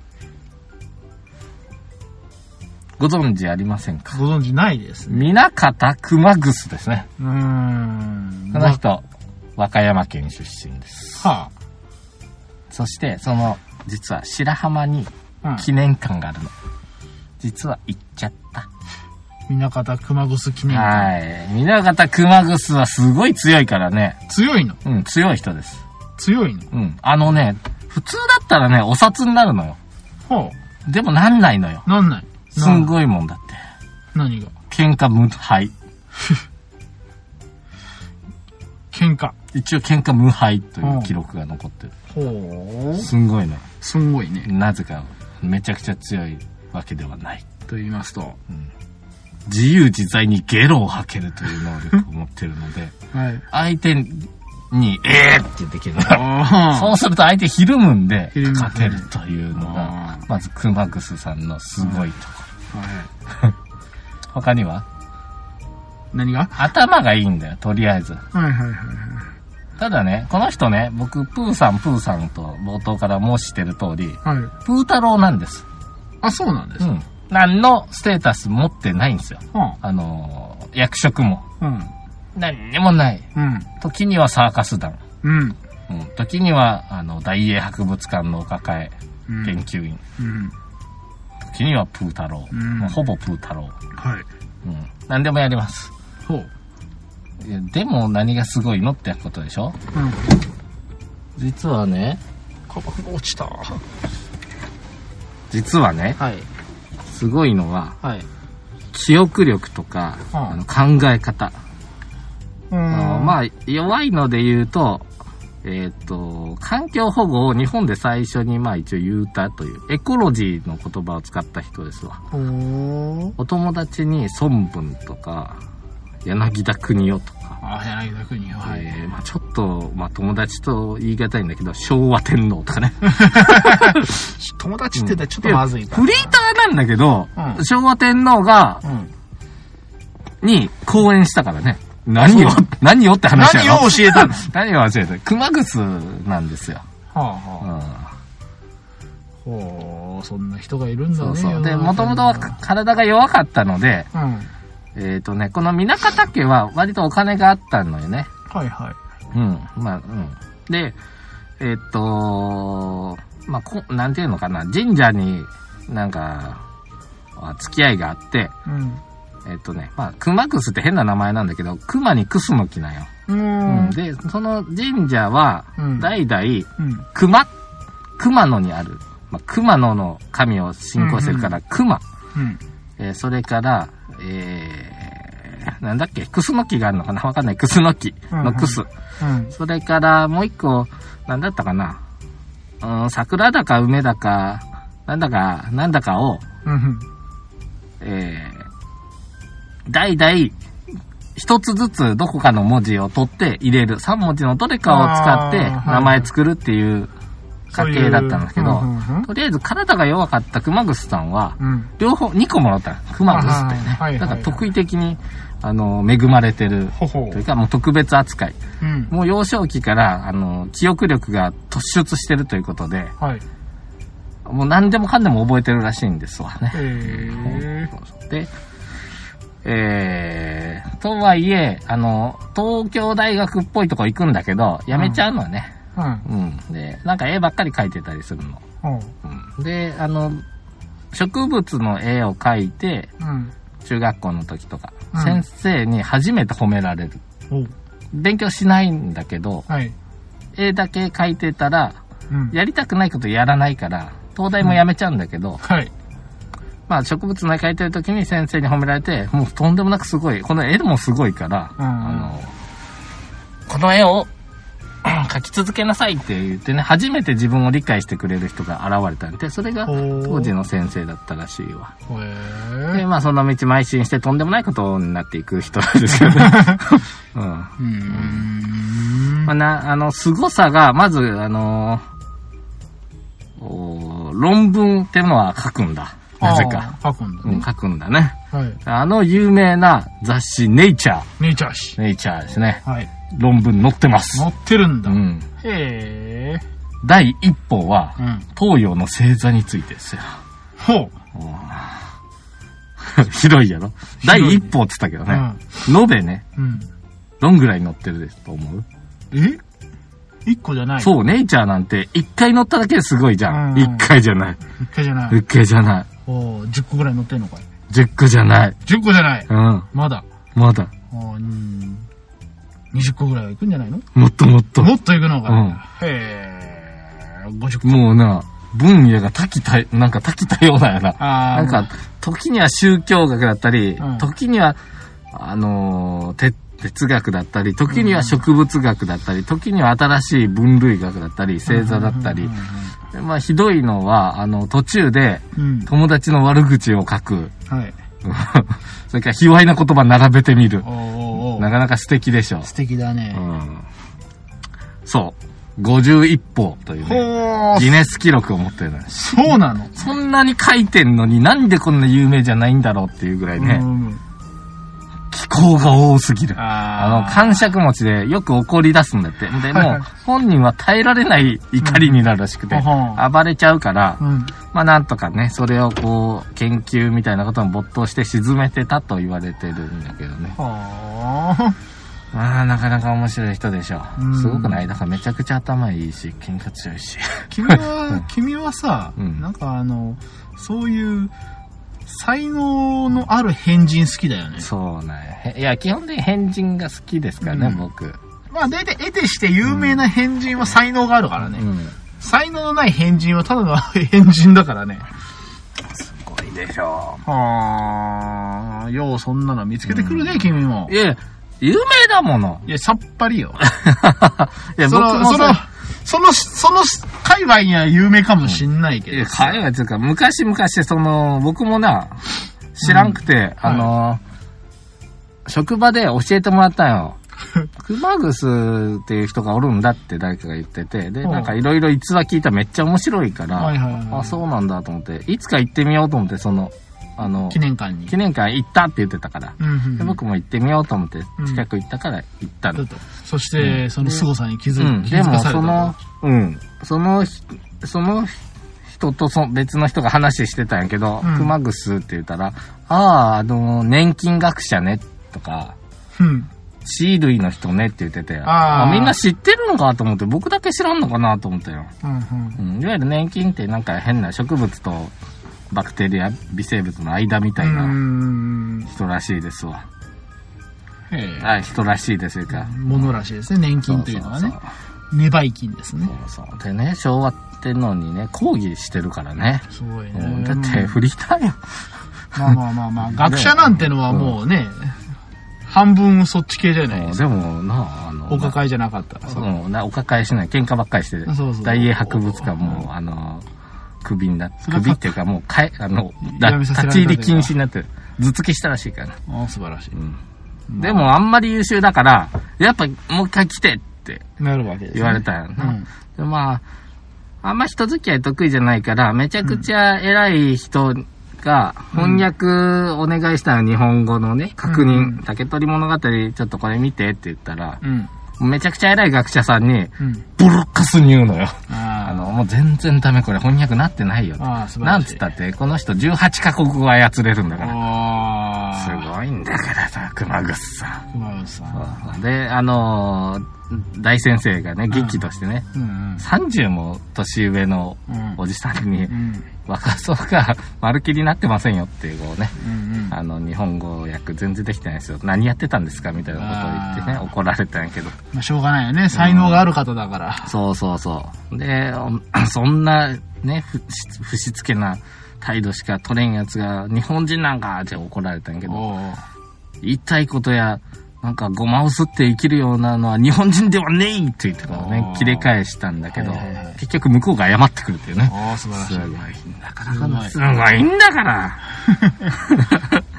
[SPEAKER 1] ご存知ありませんか
[SPEAKER 2] ご存知ないですね。
[SPEAKER 1] 南方熊グスですね。
[SPEAKER 2] うーん。
[SPEAKER 1] この人、和歌山県出身です。
[SPEAKER 2] は
[SPEAKER 1] そして、その、実は白浜に
[SPEAKER 2] あ。うん。
[SPEAKER 1] 記念館があるの。実は行っちゃった。
[SPEAKER 2] 南方熊楠記念館。
[SPEAKER 1] はい。南方熊楠はすごい強いからね。
[SPEAKER 2] 強いの
[SPEAKER 1] うん、強い人です。
[SPEAKER 2] 強いの
[SPEAKER 1] うん。あのね、普通だったらね、お札になるのよ。
[SPEAKER 2] は
[SPEAKER 1] でもなんないのよ。
[SPEAKER 2] あ。なんない。
[SPEAKER 1] すん
[SPEAKER 2] い。
[SPEAKER 1] ごいもんだって。
[SPEAKER 2] 何が
[SPEAKER 1] 喧嘩無敗。
[SPEAKER 2] 喧嘩。
[SPEAKER 1] 一応喧嘩無敗という記録が残ってる。
[SPEAKER 2] ほう。
[SPEAKER 1] すんごいね。
[SPEAKER 2] すんごいね。
[SPEAKER 1] なぜか、めちゃくちゃ強いわけではない。
[SPEAKER 2] と言いますと。
[SPEAKER 1] 自由自在にゲロを吐けるという能力を持ってるので、
[SPEAKER 2] はい。
[SPEAKER 1] 相手に、えーってできる。そ
[SPEAKER 2] あ [LAUGHS]
[SPEAKER 1] うすると相手ひるむんで、
[SPEAKER 2] ひるむ
[SPEAKER 1] 勝てるというの
[SPEAKER 2] あ
[SPEAKER 1] が
[SPEAKER 2] ー、
[SPEAKER 1] まずクマグスさんのすごいとこ
[SPEAKER 2] あ。はい。
[SPEAKER 1] ろ。他には
[SPEAKER 2] 何が
[SPEAKER 1] 頭がいいんだよ、とりあえず。
[SPEAKER 2] はいはいはいはい。
[SPEAKER 1] ただね、この人ね、僕、プーさん、プーさんと冒頭から申してる通り、
[SPEAKER 2] はい。
[SPEAKER 1] プー太郎なんです。
[SPEAKER 2] あ、そうなんです。
[SPEAKER 1] ん。何のステータス持ってないんですよ。
[SPEAKER 2] は
[SPEAKER 1] あのー役職も。
[SPEAKER 2] あ。うん。
[SPEAKER 1] 何にもない。
[SPEAKER 2] うん。
[SPEAKER 1] 時にはサーカス団。
[SPEAKER 2] うん。
[SPEAKER 1] うん。時には、あの、大英博物館のお抱え
[SPEAKER 2] うん
[SPEAKER 1] 研究員。
[SPEAKER 2] うん。
[SPEAKER 1] 時にはプー太郎。
[SPEAKER 2] うん
[SPEAKER 1] もうほぼプー太郎。
[SPEAKER 2] はい。
[SPEAKER 1] うん。何でもやります。
[SPEAKER 2] ほう。
[SPEAKER 1] いや、でも何がすごいのってことでしょ
[SPEAKER 2] うん。
[SPEAKER 1] 実はね、
[SPEAKER 2] カバンが落ちた。は
[SPEAKER 1] 実はね、
[SPEAKER 2] い。
[SPEAKER 1] すごいのは、
[SPEAKER 2] はい。
[SPEAKER 1] 記憶力とか、
[SPEAKER 2] うん
[SPEAKER 1] あの考え方。
[SPEAKER 2] うー
[SPEAKER 1] あの
[SPEAKER 2] ん。
[SPEAKER 1] まあ、弱いので言うと、えっ、と、環境保護を日本で最初に、まあ一応言うたという、エコロジーの言葉を使った人ですわ。
[SPEAKER 2] ほう。
[SPEAKER 1] お友達に孫文とか、柳田国夫とか、
[SPEAKER 2] あ、柳田国は。はい。
[SPEAKER 1] えーまあちょっと、まあ友達と言い難いんだけど、昭和天皇とかね。
[SPEAKER 2] 友達って言ったらちょっとまずいか
[SPEAKER 1] フリーターなんだけど、
[SPEAKER 2] うん
[SPEAKER 1] 昭和天皇が、
[SPEAKER 2] ら。うん。
[SPEAKER 1] に講演したからね。何を
[SPEAKER 2] そう、
[SPEAKER 1] 何をって話やろ
[SPEAKER 2] 何を教えたの
[SPEAKER 1] [LAUGHS] 何を教えたの熊楠なんですよ。
[SPEAKER 2] はあ
[SPEAKER 1] う
[SPEAKER 2] はあ。
[SPEAKER 1] ん
[SPEAKER 2] ほう、そんな人がいるんだね。
[SPEAKER 1] そうそ
[SPEAKER 2] 世
[SPEAKER 1] う。
[SPEAKER 2] の中
[SPEAKER 1] で、
[SPEAKER 2] に
[SPEAKER 1] もともとは体が弱かったので、
[SPEAKER 2] うん。は
[SPEAKER 1] えっ、とね、この南方家は割とお金があったのよね。
[SPEAKER 2] いはい。
[SPEAKER 1] うん。まあ、うん。で、えっ、と、まあこ、なんていうのかな、神社になんか、あ付き合いがあって、
[SPEAKER 2] うん。
[SPEAKER 1] えっ、とね、まあ、熊楠って変な名前なんだけど、熊に楠の木なんよ。
[SPEAKER 2] う
[SPEAKER 1] うん。
[SPEAKER 2] ん。
[SPEAKER 1] で、その神社は
[SPEAKER 2] うん、
[SPEAKER 1] 代々、
[SPEAKER 2] うん。
[SPEAKER 1] 熊、熊野にある、まあ、熊野の神を信仰してるから、熊。
[SPEAKER 2] うん。
[SPEAKER 1] えーそれから、えー、なんだっけ、クスノキがあるのかなわかんない。クスノキのクス。
[SPEAKER 2] うん。
[SPEAKER 1] それから、もう一個、なんだったかな。うん、桜だか梅だか、なんだか、なんだかを、
[SPEAKER 2] うん。
[SPEAKER 1] えー、代々、一つずつどこかの文字を取って入れる。三文字のどれかを使って
[SPEAKER 2] あーはい
[SPEAKER 1] 名前作るっていう家系だったんですけ
[SPEAKER 2] そういう
[SPEAKER 1] ど、とりあえず体が弱かった熊楠さんは、
[SPEAKER 2] うん。うん。
[SPEAKER 1] 両方2個もらったの熊楠ってね、
[SPEAKER 2] あーはいはい
[SPEAKER 1] だから得意的にあの恵まれてる
[SPEAKER 2] ほほ
[SPEAKER 1] というかもう特別扱い
[SPEAKER 2] うん。うん。
[SPEAKER 1] もう幼少期からあの記憶力が突出してるということで
[SPEAKER 2] はい。
[SPEAKER 1] もう何でもかんでも覚えてるらしいんですわね、
[SPEAKER 2] え
[SPEAKER 1] でえー、とはいえあの東京大学っぽいとこ行くんだけどやめちゃうのね、
[SPEAKER 2] ー。うん。
[SPEAKER 1] うんでなんか絵ばっかり描いてたりするの、
[SPEAKER 2] ほう。
[SPEAKER 1] うんであの植物の絵を描いて、
[SPEAKER 2] うん。
[SPEAKER 1] 中学校の時とか、
[SPEAKER 2] うん
[SPEAKER 1] 先生に初めて褒められる。
[SPEAKER 2] おう
[SPEAKER 1] 勉強しないんだけど、
[SPEAKER 2] はい。
[SPEAKER 1] 絵だけ描いてたら、
[SPEAKER 2] うん。
[SPEAKER 1] やりたくないことやらないから、東大もやめちゃうんだけど、
[SPEAKER 2] はい。
[SPEAKER 1] まあ植物の絵描いてる時に先生に褒められて、もうとんでもなくすごい。この絵もすごいから、
[SPEAKER 2] うん
[SPEAKER 1] あの、この絵をうん描き続けなさいって言ってね、初めて自分を理解してくれる人が現れたんで、それが
[SPEAKER 2] ほう
[SPEAKER 1] 当時の先生だったらしいわ。
[SPEAKER 2] へ
[SPEAKER 1] で、
[SPEAKER 2] え。
[SPEAKER 1] まあその道邁進してとんでもないことになっていく人なんですけどね。
[SPEAKER 2] [LAUGHS]
[SPEAKER 1] うん。
[SPEAKER 2] うーん
[SPEAKER 1] まあ、。な、あの、凄さが、まず、あのお論文っていうのは書くんだ。なぜか。
[SPEAKER 2] あー。書くんだ
[SPEAKER 1] う
[SPEAKER 2] ね
[SPEAKER 1] ん、書くんだね。
[SPEAKER 2] はい。
[SPEAKER 1] あの有名な雑誌、ネイチャー。
[SPEAKER 2] ネイチャー誌。
[SPEAKER 1] ネイチャーですね。
[SPEAKER 2] はい。
[SPEAKER 1] 論文載ってます
[SPEAKER 2] 載。ってるん
[SPEAKER 1] う
[SPEAKER 2] だ。
[SPEAKER 1] ん。
[SPEAKER 2] へえ。
[SPEAKER 1] 第一報は
[SPEAKER 2] う、ん。
[SPEAKER 1] 東洋の星座について [LAUGHS] ですよ。
[SPEAKER 2] ほう。
[SPEAKER 1] ひどいやろ第一報って言ったけど
[SPEAKER 2] う
[SPEAKER 1] ね
[SPEAKER 2] ん。。
[SPEAKER 1] 延べね、
[SPEAKER 2] うん。
[SPEAKER 1] どんぐらい載ってると思う
[SPEAKER 2] え一個じゃない。う。
[SPEAKER 1] そう、ネイチャーなんて、一回乗っただけですごいじゃ。
[SPEAKER 2] うんん
[SPEAKER 1] 一回じゃない。
[SPEAKER 2] 一回じゃない。
[SPEAKER 1] 一回じゃない。
[SPEAKER 2] おー、10個ぐらい載ってんのかい。
[SPEAKER 1] 十個じゃない。
[SPEAKER 2] 10個じゃない。
[SPEAKER 1] うん。
[SPEAKER 2] まだ。
[SPEAKER 1] まだ。
[SPEAKER 2] おー、うん。20個ぐらいはいくんじゃないの
[SPEAKER 1] もっともっと。
[SPEAKER 2] もっといくのか
[SPEAKER 1] うん
[SPEAKER 2] い。へえ。50個。
[SPEAKER 1] もうな、分野が多岐多、なんか多岐多様なんやな。
[SPEAKER 2] あ
[SPEAKER 1] な
[SPEAKER 2] ー
[SPEAKER 1] んか、時には宗教学だったり、
[SPEAKER 2] うん
[SPEAKER 1] 時には、あのーて哲学だったり、時には植物学だったり、時には新しい分類学だったり、星座だったり。でまあ、ひどいのは、あの、途中で
[SPEAKER 2] うん。
[SPEAKER 1] 友達の悪口を書く。 [LAUGHS]
[SPEAKER 2] はい。
[SPEAKER 1] それから、卑猥な言葉並べてみる
[SPEAKER 2] お。ーおーお
[SPEAKER 1] な
[SPEAKER 2] ー
[SPEAKER 1] かなか素敵でしょ
[SPEAKER 2] 素敵だ
[SPEAKER 1] う。う
[SPEAKER 2] ね。
[SPEAKER 1] ん。そう。51歩という
[SPEAKER 2] ほ
[SPEAKER 1] ね、
[SPEAKER 2] ー、
[SPEAKER 1] ギネス記録を持ってるのよ
[SPEAKER 2] そうなの
[SPEAKER 1] そんなに書いてんのになんでこんな有名じゃないんだろうっていうぐらいね。
[SPEAKER 2] うん。
[SPEAKER 1] 気候が多すぎる。あ
[SPEAKER 2] あ
[SPEAKER 1] の、
[SPEAKER 2] ー。
[SPEAKER 1] 感触持ちでよく怒り出すんだって。で、
[SPEAKER 2] はい
[SPEAKER 1] も、
[SPEAKER 2] はいう
[SPEAKER 1] 本人は耐えられない怒りになるらしくて、
[SPEAKER 2] うんほ
[SPEAKER 1] 暴れちゃうから、
[SPEAKER 2] うん。
[SPEAKER 1] まあなんとかね、それをこう、研究みたいなことに没頭して沈めてたと言われてるんだけどね。
[SPEAKER 2] はー。
[SPEAKER 1] まあなかなか面白い人でしょ
[SPEAKER 2] う
[SPEAKER 1] う。
[SPEAKER 2] ん
[SPEAKER 1] すごくないだからめちゃくちゃ頭いいし、喧嘩強いし。
[SPEAKER 2] 君
[SPEAKER 1] [LAUGHS]
[SPEAKER 2] は、君はさ、
[SPEAKER 1] うん
[SPEAKER 2] なんかあの、そういう、才能のある変人好きだよね。
[SPEAKER 1] そうね。へいや、基本的に変人が好きですからね、
[SPEAKER 2] うん
[SPEAKER 1] 僕。う
[SPEAKER 2] まあ、大体、得てして有名な変人は才能があるからね。
[SPEAKER 1] ん。
[SPEAKER 2] 才能のない変人はただの変人
[SPEAKER 1] [LAUGHS]
[SPEAKER 2] だからね。
[SPEAKER 1] すごいでしょ
[SPEAKER 2] はあ、ようそんなの見つけてくるね、君も
[SPEAKER 1] う。。いや、有名だも
[SPEAKER 2] [LAUGHS]
[SPEAKER 1] の。
[SPEAKER 2] いや、さっぱりよ。
[SPEAKER 1] いや、[LAUGHS]
[SPEAKER 2] そ
[SPEAKER 1] 僕
[SPEAKER 2] の、
[SPEAKER 1] も
[SPEAKER 2] その
[SPEAKER 1] さ、
[SPEAKER 2] その、その、界隈には有名かもしんないけ
[SPEAKER 1] い
[SPEAKER 2] ど
[SPEAKER 1] や、。海外っていうか、昔々、その、僕もな、知らんくて、あの、職場で教えてもらったん
[SPEAKER 2] [LAUGHS]
[SPEAKER 1] よ。熊楠っていう人がおるんだって誰かが言ってて、で、
[SPEAKER 2] うん
[SPEAKER 1] なんかいろいろ逸話聞いたらめっちゃ面白いから、
[SPEAKER 2] はいはいはい
[SPEAKER 1] あ、そうなんだと思って、いつか行ってみようと思って、その、あの、
[SPEAKER 2] 記念館に。
[SPEAKER 1] 記念館行ったって言ってたから、
[SPEAKER 2] うんうん
[SPEAKER 1] で僕も行ってみようと思って
[SPEAKER 2] う、ん
[SPEAKER 1] 近く行ったから行ったの。
[SPEAKER 2] だと。そして、その凄さに気づ,、
[SPEAKER 1] うん、
[SPEAKER 2] 気
[SPEAKER 1] で
[SPEAKER 2] づか
[SPEAKER 1] も
[SPEAKER 2] された
[SPEAKER 1] そ
[SPEAKER 2] と。
[SPEAKER 1] の、うん、そのひ、その人とそ別の人が話してたんやけど、
[SPEAKER 2] うん
[SPEAKER 1] 熊楠って言ったら、ああー、あの、年金学者ね、とか、
[SPEAKER 2] うん。
[SPEAKER 1] C 類の人ねって言ってて、
[SPEAKER 2] あー
[SPEAKER 1] あみんな知ってるのかと思って、僕だけ知らんのかなと思ったよ。
[SPEAKER 2] うんうん
[SPEAKER 1] うん、いわゆる年金ってなんか変な植物とバクテリア、微生物の間みたいう
[SPEAKER 2] ー
[SPEAKER 1] なん人らしいですわ。
[SPEAKER 2] へ
[SPEAKER 1] あ人らしいですよか
[SPEAKER 2] え。。ものらしいですね。年金というのはね
[SPEAKER 1] そ。
[SPEAKER 2] 粘売金ですね。
[SPEAKER 1] そうそう。でね、昭和ってのにね、抗議してるからね。
[SPEAKER 2] すごい
[SPEAKER 1] うん
[SPEAKER 2] ね。
[SPEAKER 1] だって、フリーターよ。
[SPEAKER 2] まあまあまあまあ、 [LAUGHS] 学者なんてのはもうね、半分そっち系じゃないですか。
[SPEAKER 1] でもな、あの、
[SPEAKER 2] お抱えじゃなかったらさ。
[SPEAKER 1] うんなお抱えしない。喧嘩ばっかりして
[SPEAKER 2] そうそうそう、
[SPEAKER 1] 大英博物館も、あの、クビになって、
[SPEAKER 2] それは
[SPEAKER 1] クビっていうかもう、かえ、あの、
[SPEAKER 2] や
[SPEAKER 1] だ
[SPEAKER 2] め
[SPEAKER 1] 立
[SPEAKER 2] させられた
[SPEAKER 1] ち入り禁止になってる。頭突きしたらしいから。
[SPEAKER 2] あ素晴らしい。
[SPEAKER 1] うん。でも、あんまり優秀だから、やっぱ、もう一回来てって
[SPEAKER 2] なるわけですね。
[SPEAKER 1] 言われたよ
[SPEAKER 2] う
[SPEAKER 1] な。
[SPEAKER 2] ん。
[SPEAKER 1] でまあ、あんま人付き合い得意じゃないから、めちゃくちゃ偉い人が翻訳お願いしたの、日本語のね、確認、
[SPEAKER 2] うん
[SPEAKER 1] 竹取物語、ちょっとこれ見てって言ったら、
[SPEAKER 2] うん。
[SPEAKER 1] めちゃくちゃ偉い学者さんに、
[SPEAKER 2] うん。
[SPEAKER 1] ボロッカスに言うのよ。あ
[SPEAKER 2] あ
[SPEAKER 1] の、もう全然ダメこれ翻訳なってないよ
[SPEAKER 2] あ。。ああ、素晴
[SPEAKER 1] な
[SPEAKER 2] ら
[SPEAKER 1] ん
[SPEAKER 2] しい。
[SPEAKER 1] つったって、この人18カ国語操れるんだから。
[SPEAKER 2] あ
[SPEAKER 1] すごいんだからさ、熊楠さ
[SPEAKER 2] あ、熊野さん。
[SPEAKER 1] ん。で、あのー大先生がね、劇としてね、
[SPEAKER 2] うん
[SPEAKER 1] 30も年上の
[SPEAKER 2] うん。
[SPEAKER 1] おじさんに
[SPEAKER 2] う、ん。
[SPEAKER 1] 若そうが丸切りになってませんよっていうこうね、
[SPEAKER 2] うんうん。
[SPEAKER 1] あの、日本語訳全然できてないですよ。何やってたんですかみたいなことを言ってね、
[SPEAKER 2] あー
[SPEAKER 1] 怒られたんやけど。
[SPEAKER 2] まあ、しょうがないよね。才能がある方だから。
[SPEAKER 1] そうそうそう。で、お [CLEARS THROAT] そんなね、不し不しつけな態度しか取れんやつが、日本人なんかって怒られたんやけど、
[SPEAKER 2] おう
[SPEAKER 1] 言いたいことや、なんかゴマを吸って生きるようなのは日本人ではねえって言ってからね
[SPEAKER 2] お、ー
[SPEAKER 1] 切り返したんだけど、
[SPEAKER 2] はいはいはい
[SPEAKER 1] 結局向こうが謝ってくるっていうね。
[SPEAKER 2] おう素晴らし
[SPEAKER 1] す
[SPEAKER 2] い
[SPEAKER 1] ごい。んだから
[SPEAKER 2] すごい
[SPEAKER 1] すごいんだから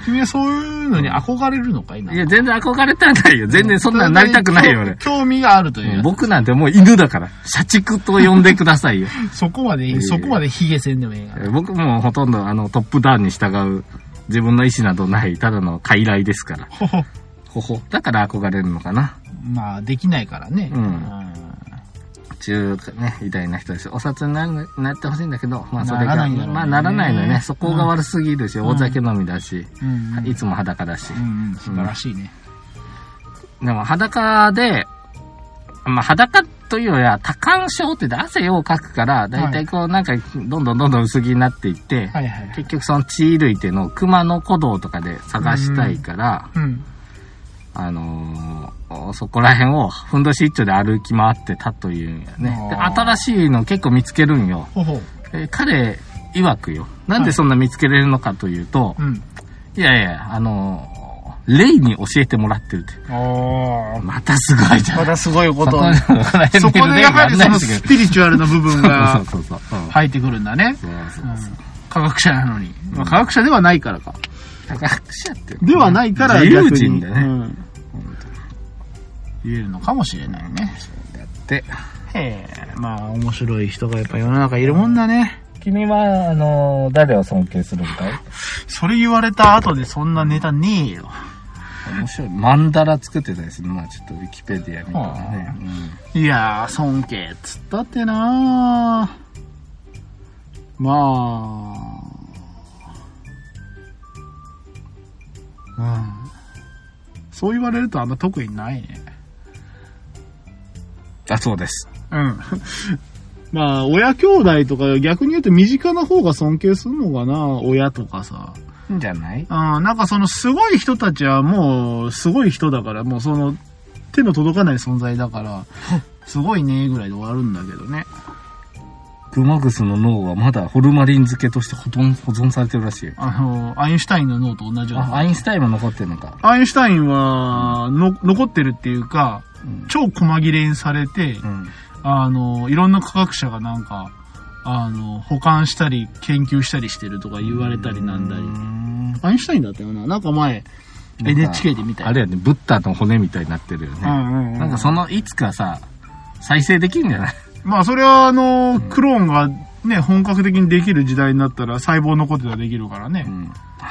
[SPEAKER 2] 君はそういうのに憧れるのかいない
[SPEAKER 1] や、全然憧れたないよ。全然そんなになりたくないよ、俺。
[SPEAKER 2] 興興味があるという。
[SPEAKER 1] 僕なんてもう犬だから。社畜と呼んでくださいよ。
[SPEAKER 2] そこまでいい、
[SPEAKER 1] ええ
[SPEAKER 2] そこまでヒゲせんで [LAUGHS] もいいが。
[SPEAKER 1] 僕もうほとんどあのトップダウンに従う自分の意思などない、ただの傀儡ですから。
[SPEAKER 2] ほほ
[SPEAKER 1] ほほ。だから憧れるのかな。
[SPEAKER 2] まあ、できないからね。
[SPEAKER 1] うん
[SPEAKER 2] うん
[SPEAKER 1] 中華ね、偉大な人です。お札になるなってほしいんだけど、まあそれ
[SPEAKER 2] な
[SPEAKER 1] が、
[SPEAKER 2] らないんだろうね
[SPEAKER 1] まあならないのよね。そこが悪すぎるし、
[SPEAKER 2] ん
[SPEAKER 1] 大酒飲みだし、
[SPEAKER 2] うんうん
[SPEAKER 1] いつも裸だし
[SPEAKER 2] う。んうん、素晴らしいね。
[SPEAKER 1] でも裸で、まあ、裸というよりは多汗症って言って汗をかくから、だいたいこうなんかどんどんどんどん薄着になっていって、
[SPEAKER 2] はいはいはい。
[SPEAKER 1] 結局その血類っていうのを熊野古道とかで探したいから、
[SPEAKER 2] うん。
[SPEAKER 1] あのーそこら辺をふんどし一丁で歩き回ってたというんやね。で
[SPEAKER 2] あー
[SPEAKER 1] 新しいの結構見つけるんよ。
[SPEAKER 2] ほほ。
[SPEAKER 1] で彼曰くよ。なんでそんな見つけれるのかというと、
[SPEAKER 2] うん。
[SPEAKER 1] い、やいや、あのーレイに教えてもらってるって。
[SPEAKER 2] おー。
[SPEAKER 1] またすごいじゃん。
[SPEAKER 2] またすごいことを。
[SPEAKER 1] そこで
[SPEAKER 2] [LAUGHS] そこでやはりそのスピリチュアルな部分が
[SPEAKER 1] そうそうそう。うん
[SPEAKER 2] 入ってくるんだね。
[SPEAKER 1] そうそうそう
[SPEAKER 2] 科学者なのに。まあ、科学者ではないからか。
[SPEAKER 1] 科学者って。
[SPEAKER 2] ではないから
[SPEAKER 1] 自由
[SPEAKER 2] 逆に
[SPEAKER 1] 人だ
[SPEAKER 2] う
[SPEAKER 1] ね。
[SPEAKER 2] ん言えるのかもしれないね。
[SPEAKER 1] で、
[SPEAKER 2] へえ、まあ面白い人がやっぱ世の中いるもんだね。
[SPEAKER 1] 君は、あの、誰を尊敬するんだい
[SPEAKER 2] それ言われた後でそんなネタねえよ。
[SPEAKER 1] 面白い。曼荼羅作ってたりする。まあちょっとウィキペディアみたいなね。
[SPEAKER 2] いやー、尊敬っつったってなーまあ。うん。そう言われるとあんま特にないね。
[SPEAKER 1] だそうです。
[SPEAKER 2] うん。 [LAUGHS] まあ、親兄弟とか、逆に言うと身近な方が尊敬するのかな、親とかさ。
[SPEAKER 1] いいんじゃない
[SPEAKER 2] うん、なんかそのすごい人たちはもう、すごい人だから、もうその、手の届かない存在
[SPEAKER 1] [LAUGHS]
[SPEAKER 2] だから、すごいね、ぐらいで終わるんだけどね。
[SPEAKER 1] クマグスの脳はまだホルマリン漬けとして保存保存されてるらしいよ。
[SPEAKER 2] あの、アインシュタインの脳と同じよう
[SPEAKER 1] あ、
[SPEAKER 2] な。
[SPEAKER 1] アインシュタインも残ってるのか。
[SPEAKER 2] アインシュタインは、の、残ってるっていうか、
[SPEAKER 1] うん
[SPEAKER 2] 超細切れにされて、
[SPEAKER 1] うん。
[SPEAKER 2] あの、いろんな科学者がなんか、あの、保管したり、研究したりしてるとか言われたりなんだり。アインシュタインだったよな。なんか前、NHK で見たよ
[SPEAKER 1] あれやね、ブッダの骨みたいになってるよ
[SPEAKER 2] う
[SPEAKER 1] ね。
[SPEAKER 2] んうんうん。
[SPEAKER 1] なんかその、いつかさ、再生できるんじゃない
[SPEAKER 2] まあ、それは、あの、クローンがね、本格的にできる時代になったら、細胞のことができるからね。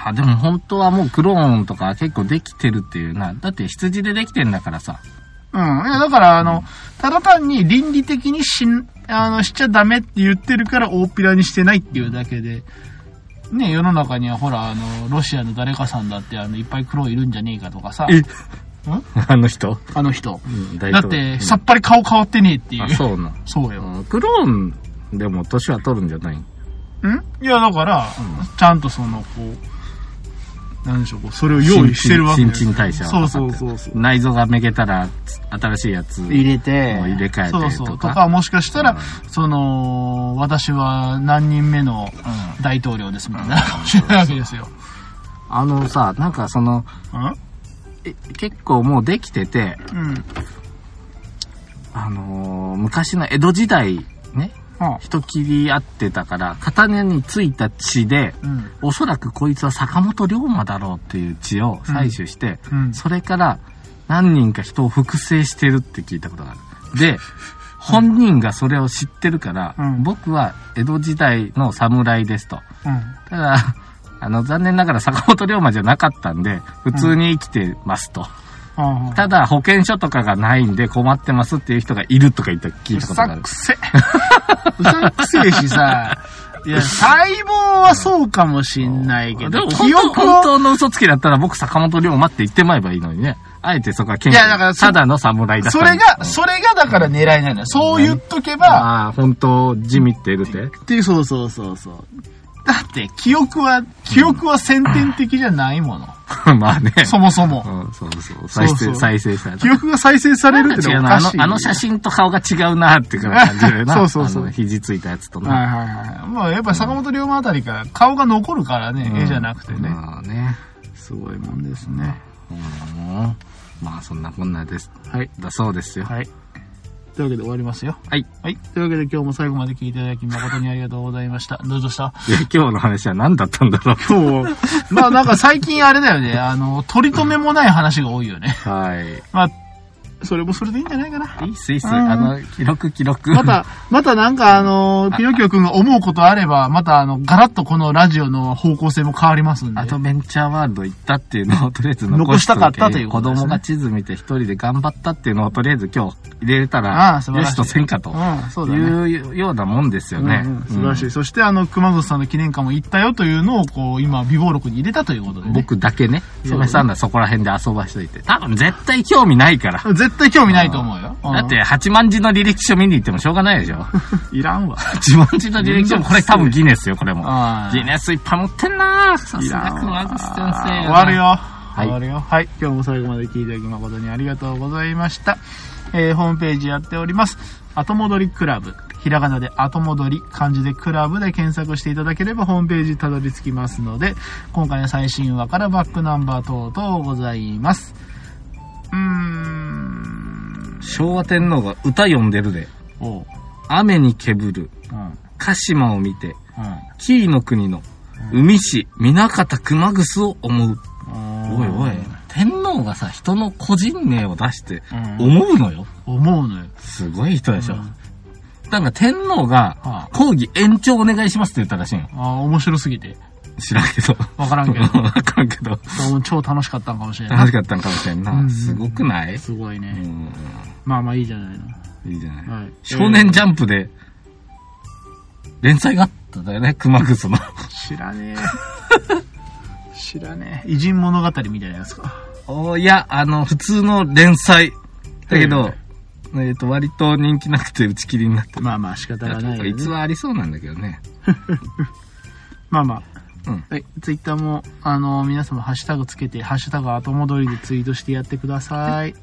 [SPEAKER 1] あでも本当はもうクローンとか結構できてるっていうな。だって羊でできてんだからさ。
[SPEAKER 2] うん。いや、だから、あの、ただ単に倫理的にしん、あの、しちゃダメって言ってるから、大っぴらにしてないっていうだけで、ね、世の中には、ほら、あの、ロシアの誰かさんだって、あの、いっぱいクローンいるんじゃねえかとかさ、
[SPEAKER 1] [LAUGHS] あの人
[SPEAKER 2] あの人。
[SPEAKER 1] だ
[SPEAKER 2] だって、さっぱり顔変わってねえっていう
[SPEAKER 1] あ、。そうな。
[SPEAKER 2] そうよ。
[SPEAKER 1] うんクローンでも年は取るんじゃない
[SPEAKER 2] んいや、だから、ちゃんとその、こう、なんでしょう、こう、それを用意してるわけ
[SPEAKER 1] 新陳新陳代謝
[SPEAKER 2] そう
[SPEAKER 1] を図
[SPEAKER 2] そ
[SPEAKER 1] っ
[SPEAKER 2] う
[SPEAKER 1] て
[SPEAKER 2] そうそう。
[SPEAKER 1] 内臓がめげたらつ新しいやつ。
[SPEAKER 2] れて
[SPEAKER 1] もう入れ替えてと
[SPEAKER 2] そ
[SPEAKER 1] か
[SPEAKER 2] うそう。とか、もしかしたら、その、私は何人目の大統領ですみたいな、かもしれないわけですよ。
[SPEAKER 1] あのさ、なんかその、
[SPEAKER 2] う
[SPEAKER 1] え結構もうできてて、
[SPEAKER 2] んうん。
[SPEAKER 1] あのー昔の江戸時代ね、人切り合ってたから、刀についた血で、
[SPEAKER 2] うん。
[SPEAKER 1] おそらくこいつは坂本龍馬だろうっていう血を採取して、
[SPEAKER 2] うん。
[SPEAKER 1] それから何人か人を複製してるって聞いたことがある。で、本人がそれを知ってるから、
[SPEAKER 2] うん
[SPEAKER 1] 僕は江戸時代の侍ですと。
[SPEAKER 2] うん。
[SPEAKER 1] ただ、あの、残念ながら坂本龍馬じゃなかったんで、普通に生きてますと。
[SPEAKER 2] ああ。
[SPEAKER 1] ただ、保険証とかがないんで困ってますっていう人がいるとか言った聞
[SPEAKER 2] う
[SPEAKER 1] いたことがあ
[SPEAKER 2] さ
[SPEAKER 1] る
[SPEAKER 2] く。せ。うさくせえしさ。いや、細胞はそうかもしんないけ
[SPEAKER 1] で
[SPEAKER 2] ど、
[SPEAKER 1] も本
[SPEAKER 2] 記
[SPEAKER 1] 当、
[SPEAKER 2] 憶
[SPEAKER 1] 本
[SPEAKER 2] を
[SPEAKER 1] 当の嘘つきだったら僕坂本龍馬って言ってまえばいいのにね。あえてそこは謙虚
[SPEAKER 2] いやだからそ
[SPEAKER 1] ただの侍だった
[SPEAKER 2] そ
[SPEAKER 1] んだ
[SPEAKER 2] れが、それがだから狙いなんだよ。そう言っとけば、
[SPEAKER 1] ああ、本当、地味って言うて。
[SPEAKER 2] っていう、そうそうそうそう。だって、記憶は、記憶は先天的じゃないもの。
[SPEAKER 1] まあね。
[SPEAKER 2] そもそも。
[SPEAKER 1] うん、そうそう。再生、
[SPEAKER 2] そうそう
[SPEAKER 1] 再生された。
[SPEAKER 2] 記憶が再生される
[SPEAKER 1] なん
[SPEAKER 2] って
[SPEAKER 1] か違
[SPEAKER 2] の
[SPEAKER 1] う
[SPEAKER 2] はお
[SPEAKER 1] な。あ
[SPEAKER 2] かしい。
[SPEAKER 1] の、あの写真と顔が違うなっていう感じだよな。
[SPEAKER 2] [LAUGHS] そうそうそう
[SPEAKER 1] あの肘ついたやつと
[SPEAKER 2] は
[SPEAKER 1] な。
[SPEAKER 2] いはいはい。まあやっぱ坂本龍馬あたりから顔が残るからね、絵じゃなくてね。
[SPEAKER 1] まあね。
[SPEAKER 2] すごいもんですね。
[SPEAKER 1] うん。まあそんなこんなです。
[SPEAKER 2] はい。
[SPEAKER 1] だそうですよ。
[SPEAKER 2] はい。というわけで終わりますよ。
[SPEAKER 1] はい。
[SPEAKER 2] はい。というわけで今日も最後まで聞いていただき誠にありがとうござ
[SPEAKER 1] [LAUGHS]
[SPEAKER 2] いました。どうぞした
[SPEAKER 1] で [LAUGHS] 今日の話は何だったんだろう。
[SPEAKER 2] 今日、まあなんか最近あれだよね、あの、取り留めもない話が多いよね。
[SPEAKER 1] はい。
[SPEAKER 2] まあ、それもそれでいいんじゃないかな。
[SPEAKER 1] いいっす、いいっす。
[SPEAKER 2] うん
[SPEAKER 1] あの、記録、記録。
[SPEAKER 2] また、 [LAUGHS] またなんかあの、ピノキオ君が思うことあれば、またあの、ガラッとこのラジオの方向性も変わりますんで。
[SPEAKER 1] アドベンチャーワールド行ったっていうのをとりあえず残しといて
[SPEAKER 2] 残したかったということですね
[SPEAKER 1] 子供が地図見て一人で頑張ったっていうのをとりあえず今日入れれた
[SPEAKER 2] あ
[SPEAKER 1] ら
[SPEAKER 2] あ素晴らしい
[SPEAKER 1] よしとせんかと
[SPEAKER 2] うん、そうだね。
[SPEAKER 1] いうようなもんですよね。
[SPEAKER 2] うんうん素晴らしい。
[SPEAKER 1] うん
[SPEAKER 2] そして、あの、熊本さんの記念館も行ったよというのを、こう、今、備忘録に入れたということでね。
[SPEAKER 1] 僕だけね、
[SPEAKER 2] そうだね
[SPEAKER 1] 嫁さんらそこら辺で遊ばしといて。多分絶対興味ないから。
[SPEAKER 2] 絶対興味ないと思うよ。うん
[SPEAKER 1] だって、八万字の履歴書見に行ってもしょうがないでしょ。
[SPEAKER 2] いらんわ。
[SPEAKER 1] 八万字の履歴書もこれ多分ギネスよ、これも。
[SPEAKER 2] ああ
[SPEAKER 1] ギネスいっぱい持ってんなさ
[SPEAKER 2] い
[SPEAKER 1] す
[SPEAKER 2] ら
[SPEAKER 1] が
[SPEAKER 2] んわ
[SPEAKER 1] 熊楠先生。
[SPEAKER 2] 終わる。よ。
[SPEAKER 1] い
[SPEAKER 2] 終わるよ。はい。今日も最後まで聞いていただき誠にありがとうございました。えーホームページやっております。後戻りクラブ。ひらがなで後戻り、漢字でクラブで検索していただければホームページにたどり着きますので、今回の最新話からバックナンバー等々ございます。うーん。
[SPEAKER 1] 昭和天皇が歌読んでるで。
[SPEAKER 2] おう。
[SPEAKER 1] 雨にけぶる。
[SPEAKER 2] うん。
[SPEAKER 1] 鹿島を見て、
[SPEAKER 2] うん。
[SPEAKER 1] 紀伊の国の海市、南方熊楠を思う。お
[SPEAKER 2] お
[SPEAKER 1] いおい、天皇がさ、人の個人名を出して、
[SPEAKER 2] うん
[SPEAKER 1] 思うのよ。
[SPEAKER 2] 思うのよ。
[SPEAKER 1] すごい人でしょ。
[SPEAKER 2] うん
[SPEAKER 1] なんか天皇
[SPEAKER 2] は
[SPEAKER 1] が
[SPEAKER 2] あ、
[SPEAKER 1] 講義延長お願いしますって言ったらしいの。
[SPEAKER 2] ああ、面白すぎて。
[SPEAKER 1] 知らんけど。
[SPEAKER 2] わか
[SPEAKER 1] [LAUGHS]
[SPEAKER 2] らんけど。
[SPEAKER 1] わからんけど。
[SPEAKER 2] どうも超楽しかったんかもしれな
[SPEAKER 1] 楽
[SPEAKER 2] い。
[SPEAKER 1] しかったんかもしれん
[SPEAKER 2] う
[SPEAKER 1] な。
[SPEAKER 2] ん
[SPEAKER 1] すごくない
[SPEAKER 2] すごいうね。
[SPEAKER 1] ん。
[SPEAKER 2] まあまあいいじゃないの。
[SPEAKER 1] いいじゃない。
[SPEAKER 2] はい。
[SPEAKER 1] 少年ジャンプで、連載があったんだよね、熊楠の。
[SPEAKER 2] えー知らねえ。知らねえ。偉人物語みたいなやつか。
[SPEAKER 1] [LAUGHS] おいや、あの、普通の連載。だけど、えっ、と、割と人気なくて打ち切りになって
[SPEAKER 2] まあまあ仕方
[SPEAKER 1] た。
[SPEAKER 2] がないよ、ね。
[SPEAKER 1] 逸話ありそうなんだけどね。
[SPEAKER 2] まあまあ。
[SPEAKER 1] うん。
[SPEAKER 2] はい。ツイッターも、あの皆様ハッシュタグつけて、ハッシュタグ後戻りでツイートしてやってください。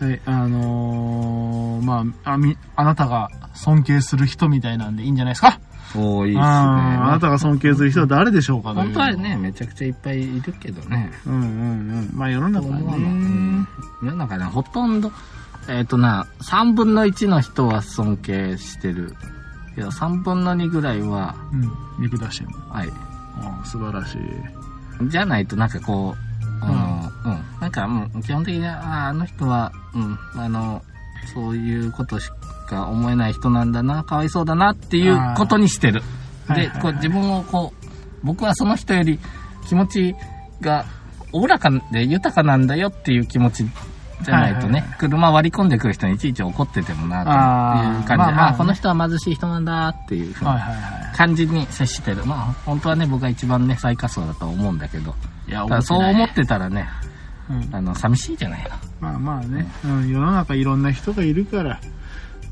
[SPEAKER 2] はい。あのー、まあ、あみ、あなたが尊敬する人みたいなんでいいんじゃないですか
[SPEAKER 1] おー、いいっすね。
[SPEAKER 2] あーあなたが尊敬する人は誰でしょうかという
[SPEAKER 1] 本当はね、めちゃくちゃいっぱいいるけどね。
[SPEAKER 2] うんうんうんまあ世の中
[SPEAKER 1] 世
[SPEAKER 2] は
[SPEAKER 1] の
[SPEAKER 2] ね
[SPEAKER 1] 中ね、ほとんど、えっ、とな、3分の1の人は尊敬してる。けど、3分の2ぐらいは、
[SPEAKER 2] うん見下しても
[SPEAKER 1] はい。
[SPEAKER 2] ああ素晴らしい
[SPEAKER 1] じゃないとなんかこう、あの、うん、なんかもう基本的に、ああ、あの人は、うん、あの、そういうことしか思えない人なんだな、かわいそうだなっていうことにしてる。で、
[SPEAKER 2] はいはいはい
[SPEAKER 1] こう自分をこう、僕はその人より気持ちがおおらかで豊かなんだよっていう気持ちじゃないとね、
[SPEAKER 2] はいはい
[SPEAKER 1] 車割り込んでくる人にいちいち怒っててもな、という感じで、
[SPEAKER 2] あーまあまあ
[SPEAKER 1] あーこの人は貧しい人なんだっていうふうに
[SPEAKER 2] はいはいは
[SPEAKER 1] 感じに接してる。まあ、本当はね、僕が一番ね、最下層だと思うんだけど。
[SPEAKER 2] いいや
[SPEAKER 1] ただそう思ってたらね、
[SPEAKER 2] うん
[SPEAKER 1] あの、寂しいじゃないの。
[SPEAKER 2] まあまあね、うん、世の中いろんな人がいるから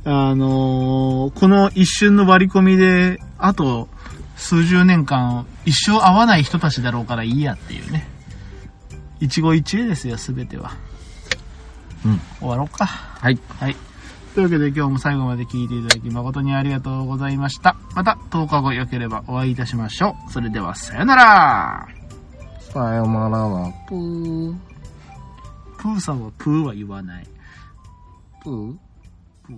[SPEAKER 2] あのーこの一瞬の割り込みであと数十年間一生会わない人たちだろうからいいやっていうね一期一会ですよ全ては
[SPEAKER 1] うん
[SPEAKER 2] 終わろうか
[SPEAKER 1] はい。
[SPEAKER 2] はい。というわけで今日も最後まで聞いていただき誠にありがとうございました。また10日後良ければお会いいたしましょう。それではさよなら
[SPEAKER 1] さよならは、ぷー、
[SPEAKER 2] プーさんはプーは言わない。
[SPEAKER 1] ぷー、
[SPEAKER 2] プー